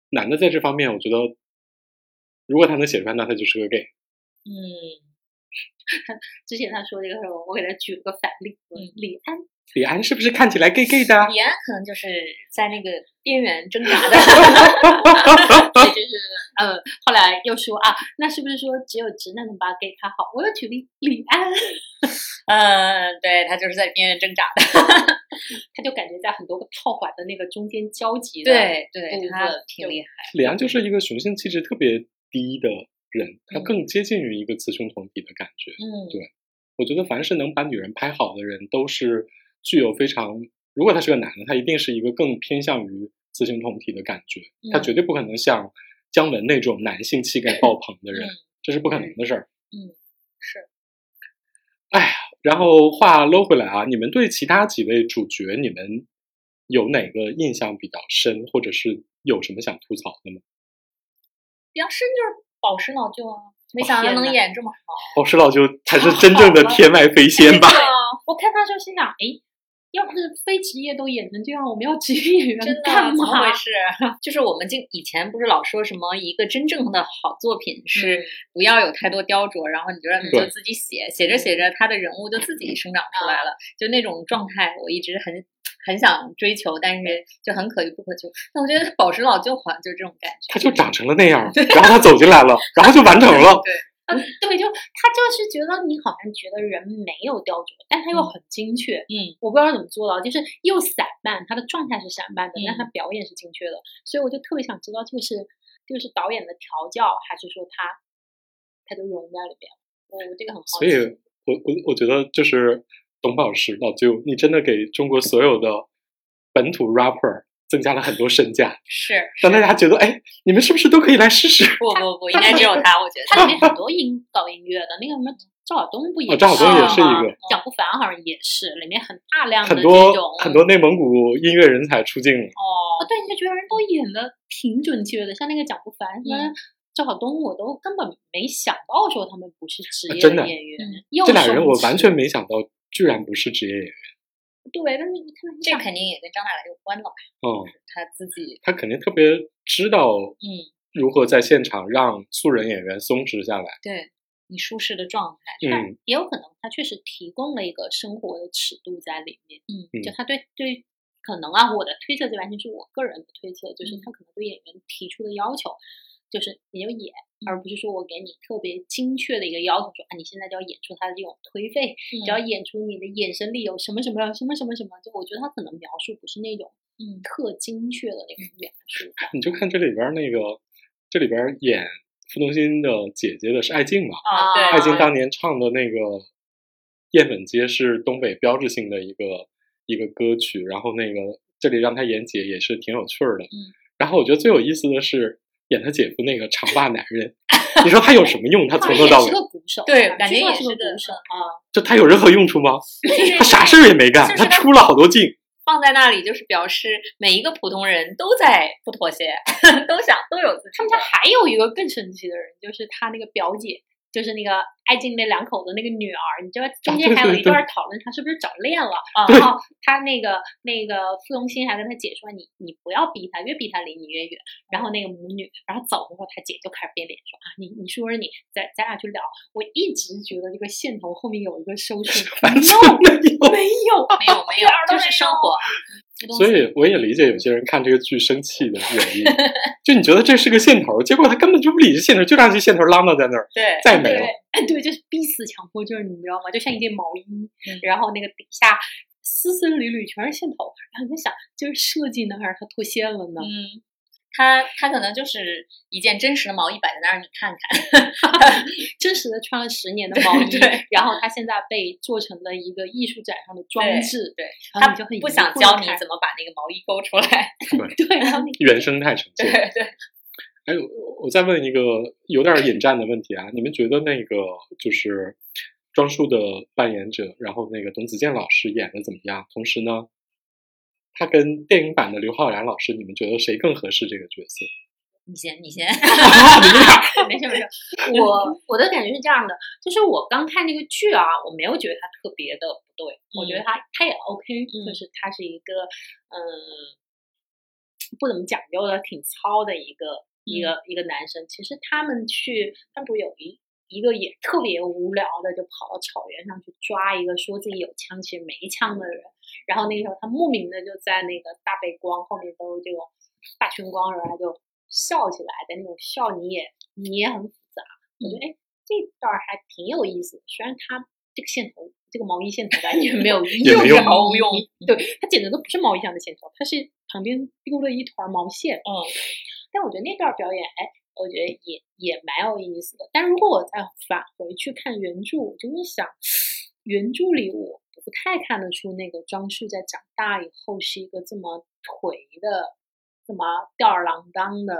男的在这方面，我觉得，如果他能写出来，那他就是个 gay。嗯，之前他说这个时候，我给他举了个反例，嗯李安李安是不是看起来 gay gay 的啊？ 李安可能就是在那个边缘挣扎 的，所以就是呃，后来又说啊，那是不是说只有直男能把 gay 看好？我又举例李安， 嗯，对他就是在边缘挣扎的，他就感觉在很多个套环的那个中间交集的。，对对，部他分挺就厉害，李安就是一个雄性气质特别低的人，他嗯更接近于一个雌雄同体的感觉。嗯，对我觉得凡是能把女人拍好的人，都是具有非常，如果他是个男的，他一定是一个更偏向于雌雄同体的感觉，他嗯绝对不可能像姜文那种男性气 概爆棚的人，嗯这是不可能的事儿。嗯，是。哎呀，然后话搂回来啊，你们对其他几位主角，你们有哪个印象比较深，或者是有什么想吐槽的吗？比较深就是宝石老舅啊，没哦想到天能哪演这么好，宝石老舅才是真 正的天外飞仙吧？我看他就心想，哎，要不是非职业都演成这样，我们要职业演员真的啊干怎么嘛回？事？ 就是我们经以前不是老说什么一个真正的好作品是嗯不要有太多雕琢，然后你就让你对就自己写，写着写着他的人物就自己生长出来了，就那种状态，我一直很很想追求，但是就很可遇不可求。但我觉得宝石老舅好像就是这种感觉，他就长成了那样儿，然后他走进来了，然后就完成了。对，啊，对，就他就是觉得你好像觉得人没有雕琢，但他又很精确。嗯，我不知道怎么做到，就是又散漫，他的状态是散漫的，但嗯他表演是精确的，所以我就特别想知道，这个是这个是导演的调教，还是说他他就融在里边？我我这个很好所以奇。我我我觉得就是董宝石老舅，你真的给中国所有的本土 rapper 增加了很多身价，是让大家觉得哎，你们是不是都可以来试试？不不不，应该只有他，我觉得。它里面很多音搞音乐的，那个什么赵晓东不也哦赵晓东也是吗一个蒋不凡好像也是，里面很大量的很这多种很多内蒙古音乐人才出镜了，哦，对，你就觉得人都演的挺准确的，像那个蒋不凡什么嗯赵晓东，我都根本没想到说他们不是职啊业真的演员嗯。又这俩人神我奇完全没想到，居然不是职业演员。对，但是你看这肯定也跟张大磊有关了吧？嗯，他自己，他肯定特别知道嗯，如何在现场让素人演员松弛下来。对你舒适的状态，但嗯，也有可能他确实提供了一个生活的尺度在里面。嗯就嗯他对对，嗯可能啊，我的推测这完全是我个人的推测，就是他可能对演员提出的要求，就是你就演，嗯而不是说我给你特别精确的一个要求，说啊你现在就要演出他的这种颓废，只嗯要演出你的眼神里有什么什么什么什么什么，就我觉得他可能描述不是那种嗯特精确的那种描述。你就看这里边儿那个，这里边儿演傅东心的姐姐的是艾静哦嘛？啊，对，艾太静经当年唱的那个《雁本街》是东北标志性的一个一个歌曲，然后那个这里让她演姐也是挺有趣儿的。嗯然后我觉得最有意思的是演她姐夫那个长发男 人，你说他有什么用？他他从哦也头到尾是个鼓手，对据感觉说也是个是的嗯鼓手啊，就他有任何用处吗？就是他啥事儿也没干，就是他他出了好多镜。放在那里，就是表示每一个普通人都在不妥协， 都想都有自己他们家还有一个更神奇的人，就是他那个表姐，就是那个爱静那两口子那个女儿，你知道中间对还有对一对段讨论他是不是早恋了，啊然后他那个那个傅东心还跟他姐说你你不要逼他，越逼他离你越远。然后那个母女，然后走的时候他姐就开始变脸说啊你你说说你咱咱俩去聊，我一直觉得这个线头后面有一个收束，没有没有没有没有，就是生活。所以我也理解有些人看这个剧生气的原因，就你觉得这是个线头儿，结果他根本就不理这线头儿，就让这线头儿浪荡在那儿，对，再也没了。对对，就是逼死强迫症，你知道吗？就像一件毛衣，嗯然后那个底下丝丝缕缕全是线头，然后你就想，这是设计呢，还是他脱线了呢？嗯，他他可能就是一件真实的毛衣摆在那儿，你看看。 真实的穿了十年的毛衣对，然后他现在被做成了一个艺术展上的装对置，对然后他你就很不疑想惑地教你看怎么把那个毛衣勾出来。对，然后 你原生态呈对现。对，哎，我我再问一个有点儿引战的问题啊，你们觉得那个就是庄束的扮演者，然后那个董子健老师演的怎么样？同时呢，他跟电影版的刘昊然老师，你们觉得谁更合适这个角色？你先你先，你们俩没事没事。我我的感觉是这样的，就是我刚看这个剧啊，我没有觉得它特别的不对，我觉得它它也 OK，、嗯就是它是一个嗯、不怎么讲究的，挺糙的一个、一个一个男生。其实他们去，他们不是有一一个也特别无聊的，就跑到草原上去抓一个说自己有枪其实没枪的人，然后那个时候他莫名的就在那个大背光后面都是这种大胸光，然后他就笑起来的那种笑，你也你也很复杂。嗯我觉得哎，这段儿还挺有意思的，虽然他这个线头，这个毛衣线头完全没有意义，也没用嗯就是毫无用。对，它简直都不是毛衣上的线头，它是旁边丢了一团毛线。嗯，但我觉得那段儿表演，哎，我觉得也也蛮有意思的。但如果我再返回去看原著，我就会想，原著里我不太看得出那个庄树在长大以后是一个这么颓的、这么吊儿郎当的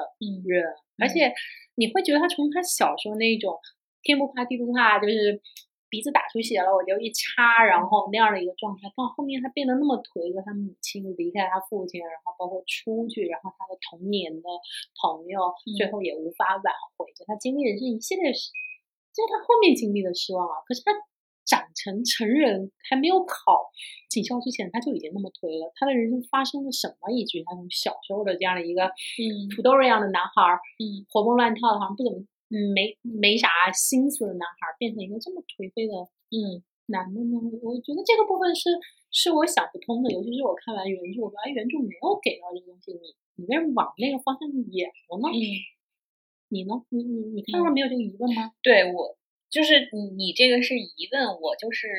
人，而且你会觉得他从他小时候那种天不怕地不怕，就是。鼻子打出血了，我就一插，然后那样的一个状态，到后面他变得那么颓，和他母亲离开他父亲，然后包括出去，然后他的童年的朋友，最嗯后也无法挽回，就他经历的这一系列事，就是他后面经历的失望啊。可是他长成成人，还没有考警校之前，他就已经那么颓了。他的人生发生了什么，以至于他从小时候的这样的一个嗯土豆儿一样的男孩儿，嗯活蹦乱跳的，好像不怎么嗯没没啥心思的男孩儿，变成一个这么颓废的嗯男的呢？我觉得这个部分是是我想不通的，尤其是我看完原著，我说哎，原著没有给到这个东西，你你为什么往那个方向演了呢？嗯你呢？你你你看到没有这个疑问吗？对我就是你你这个是疑问，我就是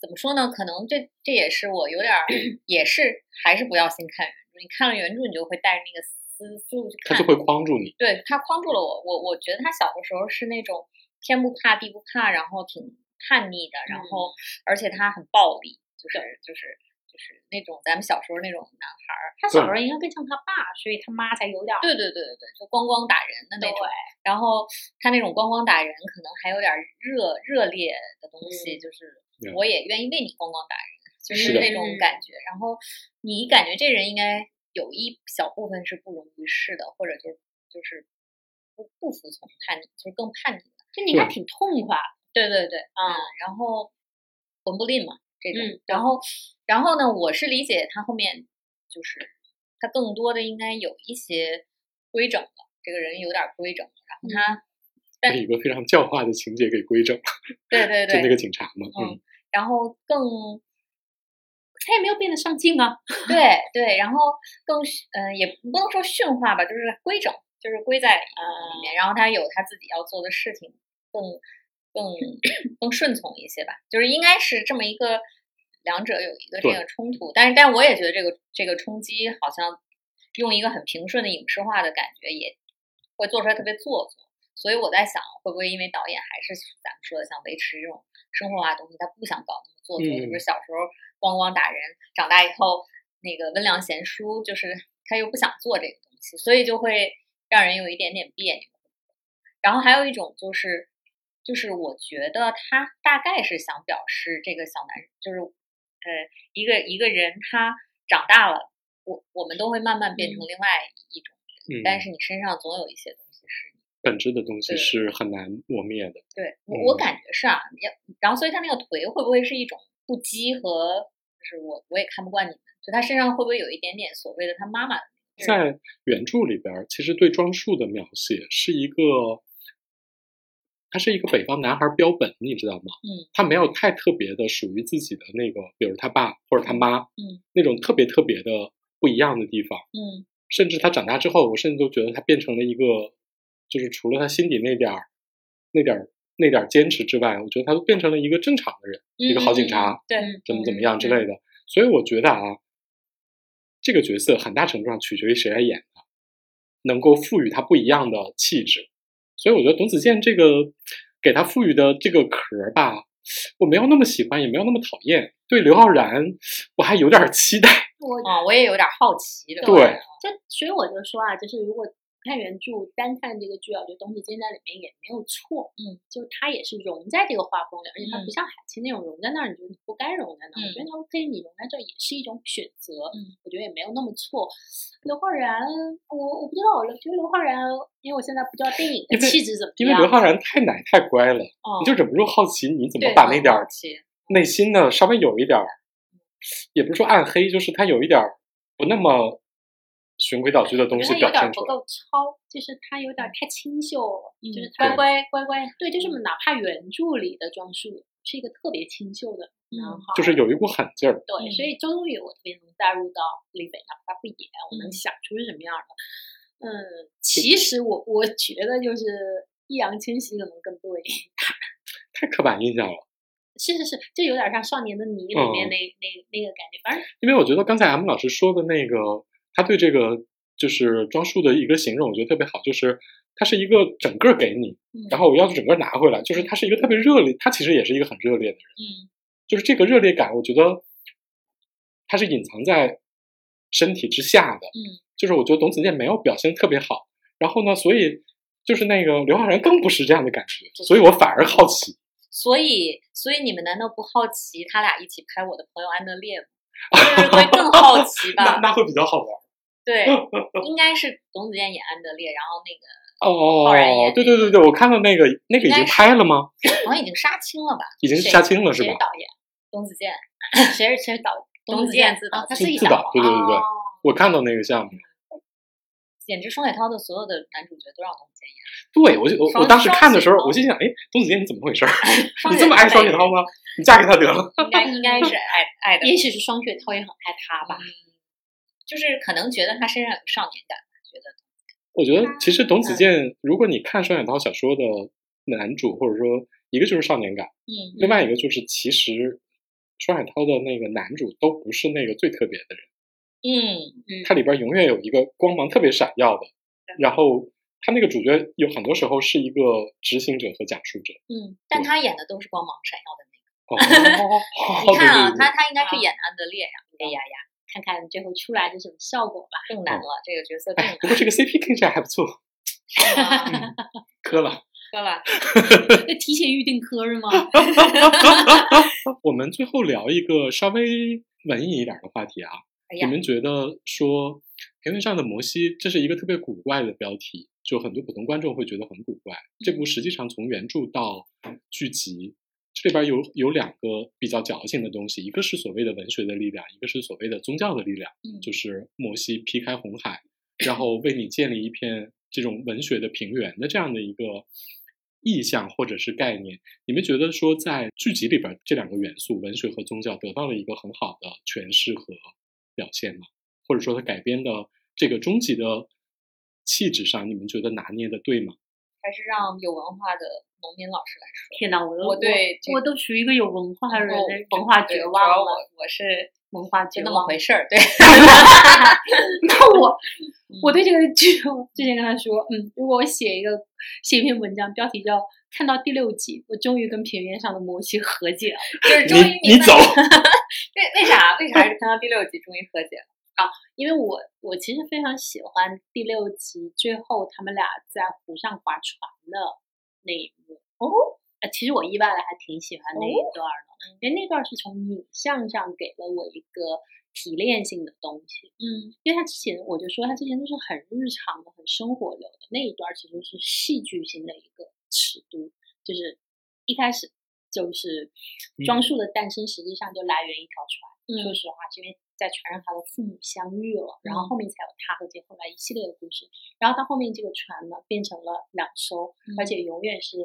怎么说呢？可能这这也是我有点儿 也是还是不要先看原著，你看了原著你就会带着那个思思路去他看，就会框住 你。对他框住了我。我我觉得他小的时候是那种天不怕地不怕，然后挺叛逆的，然后、而且他很暴力，就是就是就是那种咱们小时候那种男孩儿。他对小时候应该更像他爸，所以他妈才有点儿对对对对对，就咣咣打人的那对种。然后他那种咣咣打人，可能还有点儿热热烈的东嗯西，就是对我也愿意为你咣咣打人，就是是的那种感觉。然后你感觉这人应该有一小部分是不容一世的，或者就是就是不不服从叛逆，就是更叛逆的。就你还对挺痛快。对对对，啊嗯，然后魂不吝嘛这种。嗯然后然后呢，我是理解他后面就是他更多的应该有一些规整的，这个人有点儿规整，然后他。他但有一个非常教化的情节给规整，对对 就那对，个警察嘛，嗯嗯，然后更他也没有变得上进啊，对对，然后更嗯、呃也不能说驯化吧，就是规整，就是归在里面，然后他有他自己要做的事情，更更更顺从一些吧，就是应该是这么一个两者有一个这对个冲突，但是但我也觉得这个这个冲击好像用一个很平顺的影视化的感觉也会做出来特别做作，所以我在想会不会因为导演还是咱们说的想维持这种生活化的东西，他不想搞那么做作，嗯就是小时候咣咣打人，长大以后那个温良贤淑，就是他又不想做这个东西，所以就会让人有一点点别扭。然后还有一种就是，就是我觉得他大概是想表示这个小男，就是呃，一个一个人他长大了，我我们都会慢慢变成另外一种嗯人，但是你身上总有一些东西是你本质的东西对是很难磨灭的。对我嗯我感觉是啊，要然后所以他那个腿会不会是一种不羁和，就是我我也看不惯你们，就他身上会不会有一点点所谓的他妈妈的那种在原著里边儿，其实对庄树的描写是一个，他是一个北方男孩标本，你知道吗？嗯，他没有太特别的属于自己的那个，比如他爸或者他妈，嗯，那种特别特别的不一样的地方。嗯甚至他长大之后，我甚至都觉得他变成了一个，就是除了他心底那点儿、那点儿、那点儿坚持之外，我觉得他都变成了一个正常的人，一个好警察。嗯对嗯怎么怎么样之类的。所以我觉得啊，这个角色很大程度上取决于谁来演他，能够赋予他不一样的气质。所以我觉得董子健这个给他赋予的这个壳儿吧，我没有那么喜欢，也没有那么讨厌。对刘昊然，我还有点期待。我啊、我也有点好奇的。对这所以我就说啊，就是如果看原著单看这个剧啊，我觉得董子健在里面也没有错，嗯，就他也是融在这个画风里，而且他嗯不像海清那种融在那儿，你觉得你不该融在那儿，我觉嗯得你 OK，你融在这儿也是一种选择，嗯，我觉得也没有那么错。刘昊然，我我不知道，我觉得刘昊然，因为我现在不知道电影因为的气质怎么因为样，刘昊然太奶太乖了，你哦就忍不住好奇，你怎么对把那点好儿奇，内心呢稍微有一点儿，嗯也不是说暗黑，就是他有一点儿不那么循规蹈矩的我东觉西得他有表点现儿出不来。够超，就是他有点儿太清秀了，嗯就是他乖乖乖乖，对，就是哪怕原著里的庄树是一个特别清秀的男嗯孩，就是有一股狠劲儿，对，嗯所以周冬雨我特别能带入到啊李北，哪怕他不演，我能嗯想出是什么样的。嗯，其实我我觉得就是易烊千玺可能更多一点。 太刻板印象了。嗯是是是，就有点像《少年的你》里面那、那那个感觉，反正因为我觉得刚才 M 老师说的那个，他对这个就是装束的一个形容，我觉得特别好，就是它是一个整个给你，嗯然后我要是整个拿回来，就是他是一个特别热烈，他其实也是一个很热烈的人，嗯就是这个热烈感，我觉得它是隐藏在身体之下的。嗯，就是我觉得董子健没有表现特别好，然后呢，所以就是那个刘昊然更不是这样的感觉，所以我反而好奇。所以所以你们难道不好奇他俩一起拍我的朋友安德烈吗？就是会更好奇那 吧？那会比较好玩。对，应该是董子健演安德烈，然后那个哦浩然演，对对对对，我看到那个那个已应该经是拍了吗？好像已经杀青了吧？已经谁杀青了是谁吧是？导演？董子健，谁是谁 是导？董子子健健自啊导他自自己自导导对对对对哦我看到那个项目，简直双雪涛的所有的男主角都让董子健演。对我就我我双当时看的时候，双雪我心想，哎，董子健你怎么回事儿？双你雪这么爱涛双雪涛吗？你嫁给他得 了。应该应该 是爱爱的，也许是双雪涛也很爱他吧。就是可能觉得他身上有少年感，觉得我觉得其实嗯董子健，如果你看双雪涛小说的男主，或者说一个就是少年感，嗯另外一个就是其实双雪涛的那个男主都不是那个最特别的人，嗯嗯他里边永远有一个光芒特别闪耀的，然后他那个主角有很多时候是一个执行者和讲述者。嗯，但他演的都是光芒闪耀的那 哦，个。你看啊，对对对他他应该去演安德烈呀，哎呀呀，看看最后出来是什么效果吧。嗯更难了，这个角色更哎难，不过这个 CP 看起来还不错，了， 嗯磕了。哥 了，那 提前预定科是吗？我们最后聊一个稍微文艺一点的话题啊，哎你呀，们觉得说《平原上的摩西》这是一个特别古怪的标题，就很多普通观众会觉得很古怪。这嗯部实际上从原著到剧集，这里边有有两个比较矫情的东西，一个是所谓的文学的力量，一个是所谓的宗教的力量，嗯就是摩西劈开红海，然后为你建立一片这种文学的平原的这样的一个意象或者是概念。你们觉得说在剧集里边这两个元素，文学和宗教得到了一个很好的诠释和表现吗？或者说它改编的这个终极的气质上，你们觉得拿捏的对吗？还是让有文化的农民老师来说。天哪，我都我对这我都属于一个有文化的人哦，文化对绝主望要了，我我是文化就绝那么望。回事儿，对， 那我我对这个剧，我之前跟他说，嗯，如果我写一个写一篇文章，标题叫《看到第六集，我终于跟平原上的摩西和解了就是终于你你明白走，为为啥为啥是看到第六集终于和解了？》，哦因为我我其实非常喜欢第六集最后他们俩在湖上划船的那一幕。哦，呃，其实我意外的还挺喜欢那一段的，因为那段是从影像上给了我一个提炼性的东西。嗯，因为他之前我就说他之前都是很日常的、很生活流的那一段，其实是戏剧性的一个尺度，就是一开始就是嗯装束的诞生，实际上就来源一条船。嗯说实话，是因为在船上他的父母相遇了，然后后面才有他和这后来一系列的故事。然后到后面这个船呢，变成了两艘，而且永远是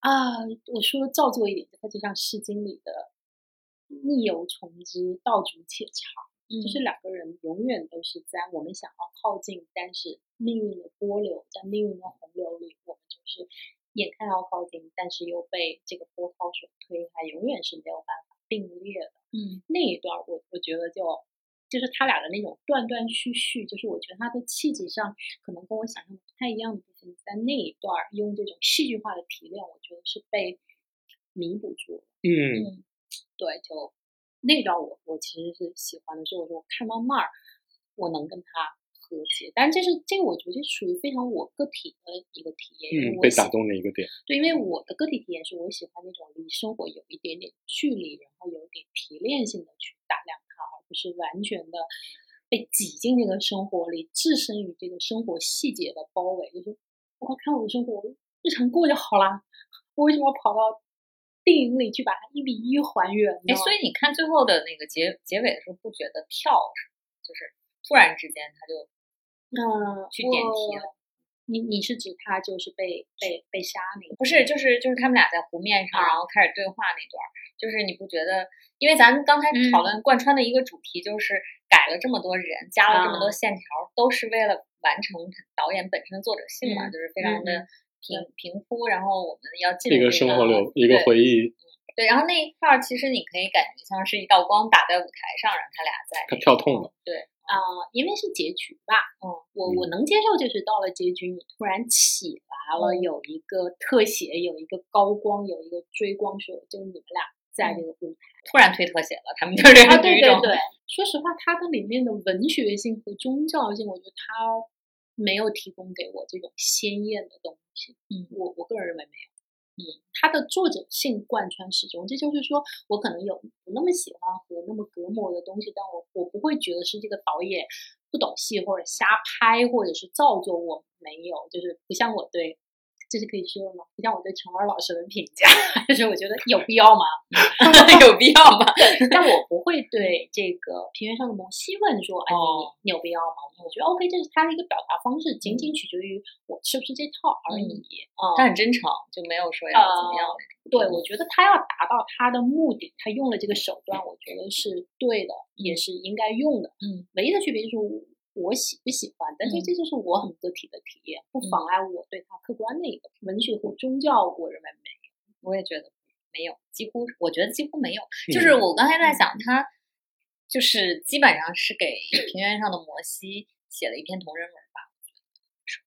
啊，我说的造作一点，它就像《诗经》里的“逆有从之，道阻且长”，嗯就是两个人永远都是在我们想要靠近，但是命运的波流，在命运的洪流里，我们就是眼看要靠近，但是又被这个波涛所推开，永远是没有办法并列的。嗯那一段儿我我觉得就就是他俩的那种断断续续，就是我觉得他的气质上可能跟我想象的不太一样的部分，在那一段儿用这种戏剧化的提炼，我觉得是被弥补住了。嗯，对，就那段儿我我其实是喜欢的，所以我说我看到那儿，我能跟他和解。但是这是这个，我觉得这属于非常我个体的一个体验，因嗯，为我被喜打动的一个点。对，因为我的个体体验是我喜欢那种离生活有一点点距离，然后有一点提炼性的去打量它，而不是完全的被挤进这个生活里，置身于这个生活细节的包围。就是我看我的生活，我日常过就好啦，我为什么要跑到电影里去把它一比一还原呢？哎，所以你看最后的那个结结尾的时候，不觉得跳是就是突然之间他就嗯，去点题我了。你你是指他就是被被被杀那个？不是，就是就是他们俩在湖面上，啊然后开始对话那段儿，就是你不觉得？因为咱们刚才嗯讨论贯穿的一个主题就是改了这么多人，加了这么多啊线条，都是为了完成导演本身的作者性嘛，嗯就是非常的嗯平平铺，然后我们要进入一个生活流，一个对回忆，对，然后那一块儿其实你可以感觉像是一道光打在舞台上，让他俩在它跳痛了。啊、因为是结局吧，嗯，我我能接受，就是到了结局，你突然起来了，嗯有一个特写，有一个高光，有一个追光，说就是你们俩在这个舞台。突然推脱鞋了，他们就是 啊，有对一对种对，说实话，它跟里面的文学性和宗教性，我觉得它没有提供给我这种鲜艳的东西。嗯，我我个人认为没有。嗯，它的作者性贯穿始终，这就是说我可能有不那么喜欢和那么隔膜的东西，但我我不会觉得是这个导演不懂戏或者瞎拍或者是造作，我没有，就是不像我对。这是可以说的吗？不像我对陈文老师的评价， 就是我觉得有必要吗？ 有必要 吗？ 但我不会对这个平原上的摩西问说，哎，哦嗯你你有必要吗？我觉得 OK，这是他的一个表达方式，仅仅取决于我吃不吃这套而已。啊、他很真诚，就没有说嗯要怎么样嗯那种。对，我觉得他要达到他的目的，他用了这个手段，我觉得是对的，也是应该用的。嗯，唯一的区别就是我我喜不喜欢，但是嗯这就是我很个体的体验，不妨碍我对他客观的一个文学和宗教，我认为没有。我也觉得没有，几乎我觉得几乎没有。嗯就是我刚才在想，他就是基本上是给平原上的摩西写了一篇同人文吧。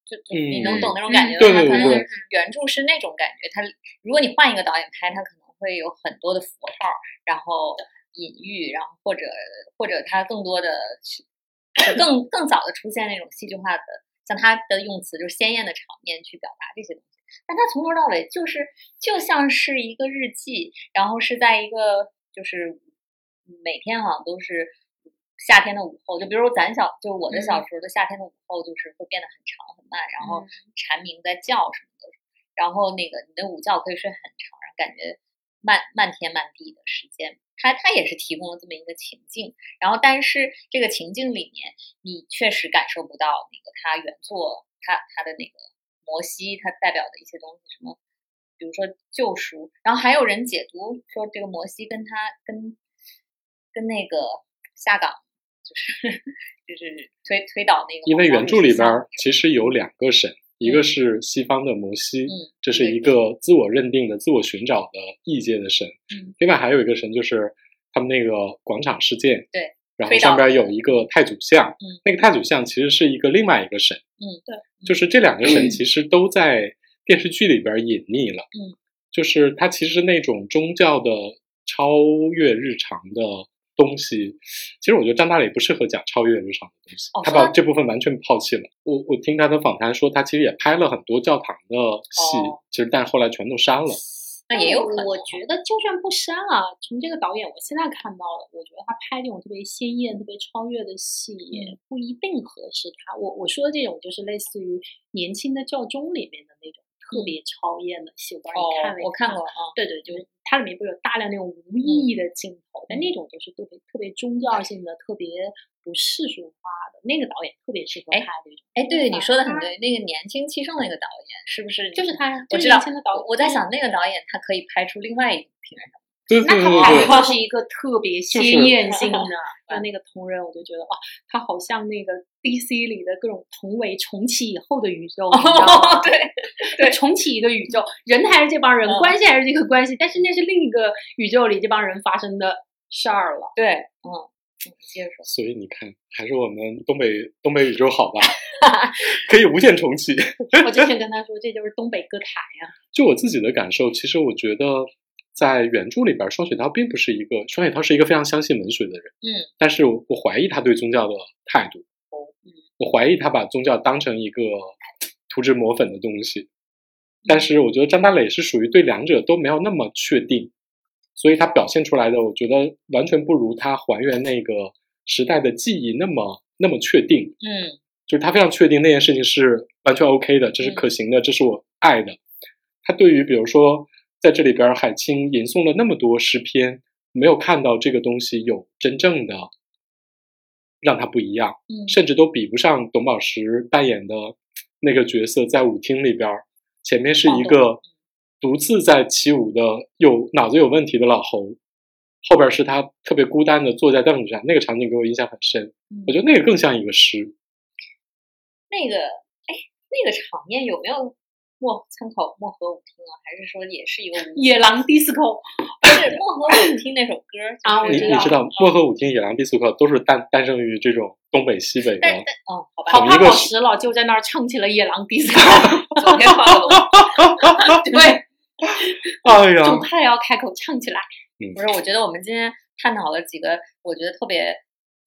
就就你能懂那种感嗯觉吗？对对他对的原著是那种感觉，他如果你换一个导演拍，他可能会有很多的符号，然后隐喻，然后或者或者他更多的是更更早的出现那种戏剧化的，像他的用词就是鲜艳的场面去表达这些东西。但他从头到尾就是就像是一个日记，然后是在一个就是每天好像都是夏天的午后，就比如咱小就我的小时候的夏天的午后，就是会变得很长很慢，然后蝉鸣在叫什么的，然后那个你的午觉可以睡很长，然后感觉漫漫天漫地的时间。它它也是提供了这么一个情境，然后但是这个情境里面，你确实感受不到那个他原作他他的那个摩西他代表的一些东西，什么比如说救赎，然后还有人解读说这个摩西跟他跟跟那个下岗就是 就是推推导那个。因为原著里边儿其实实有两个神，一个是西方的摩西，嗯这是一个自我认定的、自我寻找的异界的神嗯；另外还有一个神就是他们那个广场事件，对，然后推上导边有一个太祖像，嗯那个太祖像其实是一个另外一个神，嗯对，就是这两个神其实都在电视剧里边隐匿了，嗯，就是它其实那种宗教的超越日常的。东西，其实我觉得张大磊不适合讲超越日常的东西，哦他说把到这部分完全抛弃了。我我听他的访谈说，他其实也拍了很多教堂的戏，哦其实但是后来全都删了。那也有可能哦我觉得就算不删啊，从这个导演我现在看到的，我觉得他拍这种特别鲜艳、特别超越的戏，嗯也不一定合适他。我我说的这种就是类似于年轻的教宗里面的那种特别超艳的戏，我不知道你看嗯哦没，我看过嗯啊，对对，就是它里面不是有大量那种无意义的镜头，但那种就是特别特别宗教哎性的、特别不世俗化的，那个导演特别适合哎拍这种。哎，对，你说的嗯很他对，那个年轻气盛那个导演是不是就是他，我就是知道年轻的导演，嗯我在想，那个导演他可以拍出另外一个平原上对对对那他对对拍的就是一个特别鲜艳 性的，就那个同人，我就觉得哇，他好像那个 DC 里的各种同为重启以后的宇宙，你知道哦吗？对，对对，重启一个宇宙，人还是这帮人，嗯关系还是这个关系，但是那是另一个宇宙里这帮人发生的事儿了。对，嗯，你接着说，所以你看，还是我们东北东北宇宙好吧， 可以无限重启。我之前跟他说，这就是东北歌坛 呀、就我自己的感受，其实我觉得在原著里边，双雪涛并不是一个双雪涛是一个非常相信文学的人，嗯，但是我我怀疑他对宗教的态度，我怀疑他把宗教当成一个涂脂抹粉的东西，但是我觉得张大磊是属于对两者都没有那么确定，所以他表现出来的，我觉得完全不如他还原那个时代的记忆那么那么确定，嗯就是他非常确定那件事情是完全 OK 的，这是可行的，这是我爱的。他对于比如说在这里边，海清吟诵了那么多诗篇，没有看到这个东西有真正的让他不一样，嗯甚至都比不上董宝石扮演的那个角色在舞厅里边，前面是一个独自在起舞的有脑子有问题的老侯，后边是他特别孤单的坐在凳子上，那个场景给我印象很深，我觉得那个更像一个诗。那个，哎，那个场面有没有漠参考漠河舞厅啊？还是说也是一个舞？野狼 disco 不是漠河舞厅那首歌儿啊我就你知是你道知道，漠河舞厅、野狼必斯克都是诞诞生于这种东北西北的。但但嗯，好同好吧，一怕个宝时石老舅在那儿唱起了野狼 disco， 昨天发的我， 对，嗯哎呀总，怕要开口唱起来。不是，我觉得我们今天探讨了几个我觉得特别，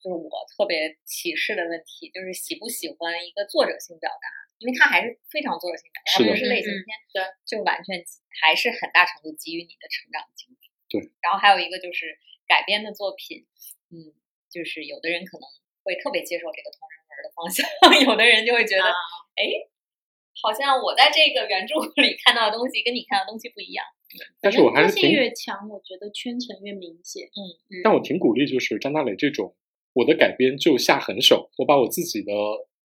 就是我特别歧视的问题，就是喜不喜欢一个作者性表达，因为它还是非常作者性表达，是的特别是类型嗯嗯片，对，就完全还是很大程度基于你的成长经历。对，然后还有一个就是改编的作品，嗯，就是有的人可能会特别接受这个同人文的方向， 有的人就会觉得，啊哎、好像我在这个原著里看到的东西跟你看到的东西不一样。但是我还是性挺，越强，我觉得圈层越明显。嗯嗯，但我挺鼓励，就是张大磊这种，我的改编就下狠手，我把我自己的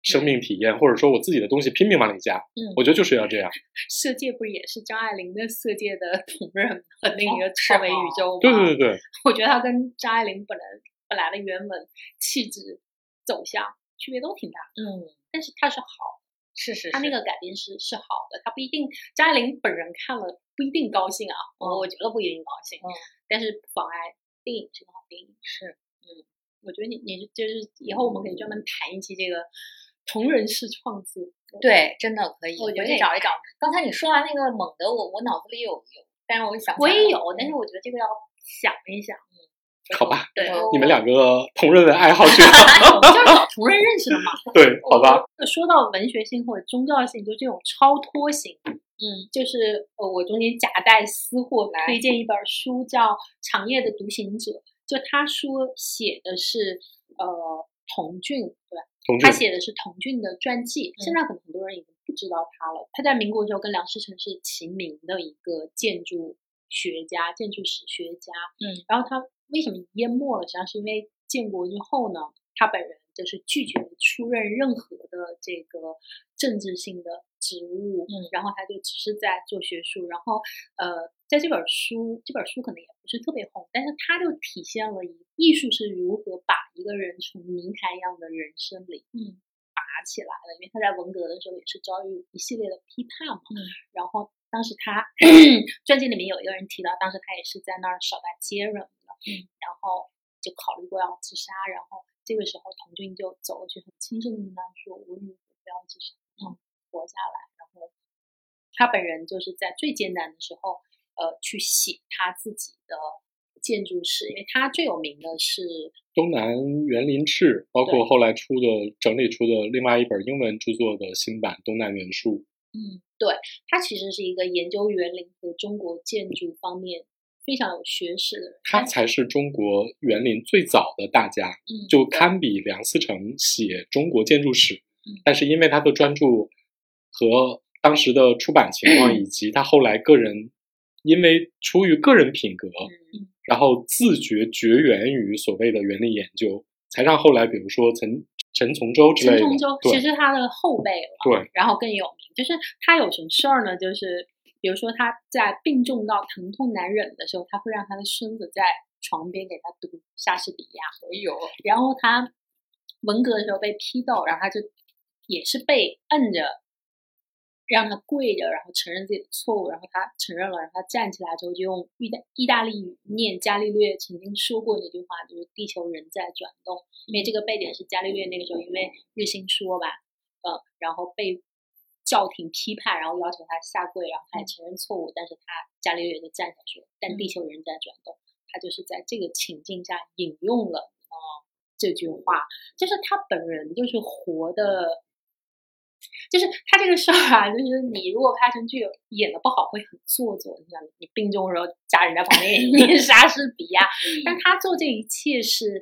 生命体验，或者说我自己的东西拼命往里加。嗯我觉得就是要这样。色戒不也是张爱玲的色戒的 同人和另一个是超维吗宇哦宙吗？对对对对，我觉得他跟张爱玲本来本来的原文气质走向区别都挺大的，嗯，但是他是好是是是，他那个改编是是好的，他不一定张爱玲本人看了不一定高兴啊，我我觉得不一定高兴，嗯但是不妨碍电影是个好电影，是，嗯，我觉得你你就是以后我们可以专门谈一期这个同人式创作，对， 真的可以，我觉得回去也找一找。刚才你说完那个猛的，我我脑子里有有，但是我想不我起来也了嗯有，但是我觉得这个要想一想，好吧，对，你们两个同人文爱好 者， 我们就是找同人认识的嘛，对， 好吧，。说到文学性或者宗教性，就这种超脱型，嗯，就是呃，我中间夹带私货来推荐一本书叫《长夜的独行者》，就他说写的是呃童俊，对吧？同他志，写的是童俊的传记，现在可能很多人已经不知道他了。他在民国时候跟梁思成是齐名的一个建筑学家、建筑史学家。嗯，然后他为什么淹没了？实际上是因为建国之后呢，他本人就是拒绝出任任何的这个政治性的职务，嗯然后他就只是在做学术，然后呃，在这本书，这本书可能也不是特别红，但是它就体现了以艺术是如何把一个人从泥潭一样的人生里，嗯，拔起来了。因为他在文革的时候也是遭遇一系列的批判嘛，嗯然后当时他 传记里面有一个人提到，当时他也是在那儿扫大街什么的，然后就考虑过要自杀，然后这个时候童俊就走过去，很轻声的跟他说：“无论如何不要自杀，嗯，活下来。”然后他本人就是在最艰难的时候，呃，去写他自己的建筑史，因为他最有名的是东南园林志，包括对后来出的整理出的另外一本英文著作的新版《东南园树》，嗯，对，他其实是一个研究园林和中国建筑方面非常有学识的人。他才是中国园林最早的大家，嗯就对堪比梁思成写中国建筑史嗯。但是因为他的专注和当时的出版情况，嗯以及他后来个人因为出于个人品格，嗯然后自觉绝缘于所谓的园林研究，才让后来比如说陈陈从周之类陈的，从周对其实他的后辈了，对，然后更有名。就是他有什么事儿呢？就是比如说他在病重到疼痛难忍的时候，他会让他的孙子在床边给他读莎士比亚。哎呦，然后他文革的时候被批斗，然后他就也是被摁着，让他跪着，然后承认自己的错误，然后他承认了，然后他站起来之后就用意大意大利语念伽利略曾经说过那句话，就是地球人在转动，因为这个背景是伽利略那个时候因为日心说吧，呃，然后被。教廷批判，然后要求他下跪，然后他也承认错误，但是他伽利略就站起来说：“但地球人在转动。”他就是在这个情境下引用了呃这句话，就是他本人就是活的，就是他这个事儿啊，就是你如果拍成剧演的不好会很做作，你想你病中的时候家人在旁边给你 念莎士比亚，但他做这一切是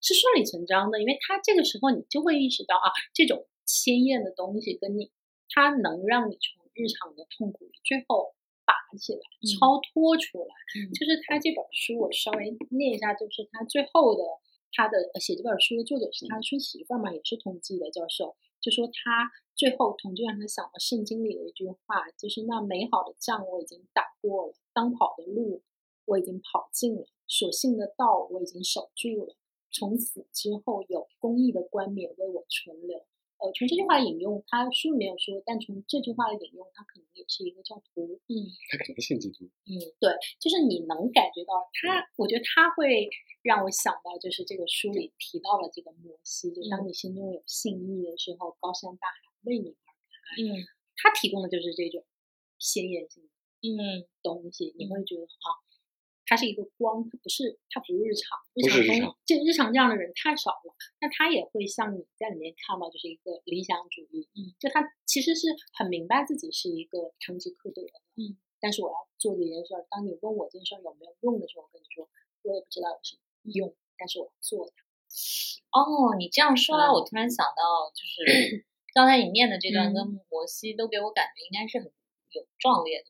是顺理成章的，因为他这个时候你就会意识到啊，这种鲜艳的东西跟你，它能让你从日常的痛苦里最后拔起来、超脱出来。就是他这本书，我稍微念一下，就是他最后的他的呃写这本书的作者是他的孙媳妇儿嘛，也是同济的教授，就说他最后同济让他想到圣经里的一句话，就是那美好的仗我已经打过了，当跑的路我已经跑尽了，所信的道我已经守住了，从此之后有公义的冠冕为我存留。呃，从这句话的引用，他书里没有说，但从这句话的引用，他可能也是一个教徒。嗯，他肯定信基督。嗯，对，就是你能感觉到他，我觉得他会让我想到，就是这个书里提到了这个摩西，就当你心中有信义的时候，高山大海为你而开。嗯，他提供的就是这种鲜艳性的嗯东西，你会觉得啊，它是一个光，它不是它不日常，不是日中常这日常这样的人太少了。那他也会像你在里面看到，就是一个理想主义，嗯，就他其实是很明白自己是一个堂吉诃德的，嗯，但是我要做这件事儿。当你问我这件事儿有没有用的时候，我跟你说，我也不知道有什么用，但是我要做它。哦，你这样说来，我嗯突然想到，就是 刚才你念的这段嗯跟摩西都给我感觉应该是很有壮烈的，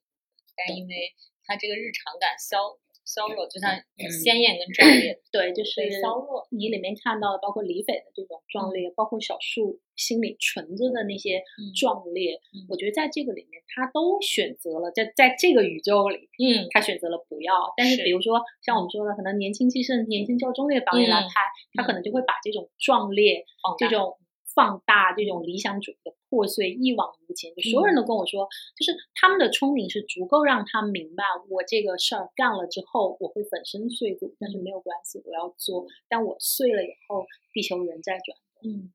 但因为它这个日常感消削弱，就像嗯鲜艳跟壮烈对，就是被削弱。你里面看到的，包括李斐的这种壮烈，包括小树心里存着的那些壮烈，嗯嗯我觉得在这个里面，他都选择了在在这个宇宙里，嗯他选择了不要。但是是比如说像我们说的，可能年轻气盛、年轻较中烈的导演来嗯拍，他可能就会把这种壮烈、放这大种放大、这种理想主义的破碎一往无前。就所有人嗯都跟我说，就是他们的聪明是足够让他明白，我这个事儿干了之后，我会粉身碎骨，但是没有嗯关系，我要做。但我碎了以后，地球人在转。嗯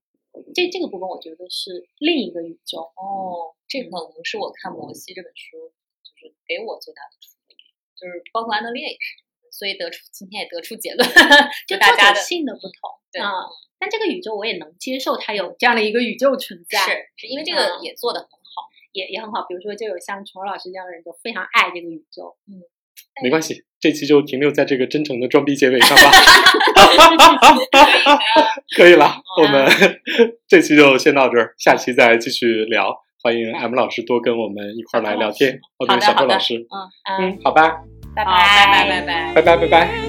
这这个部分我觉得是另一个宇宙。哦，这嗯可能是我看《摩西》这本书，就是给我最大的触动，就是包括安德烈也是，所以得出今天也得出结论， 就大作家者的性的不同，对啊。但这个宇宙我也能接受，它有这样的一个宇宙存在，是是因为这个嗯也做的很好，也也很好。比如说，就有像崇老师这样的人，就非常爱这个宇宙。嗯，没关系，这期就停留在这个真诚的装逼结尾上吧。 可以啊了，我们这期就先到这儿，下期再继续聊。欢迎 M 老师多跟我们一块儿来聊天，哦，好对，的小好豆的老师，嗯，嗯，好吧，拜好拜拜拜拜。拜拜拜拜。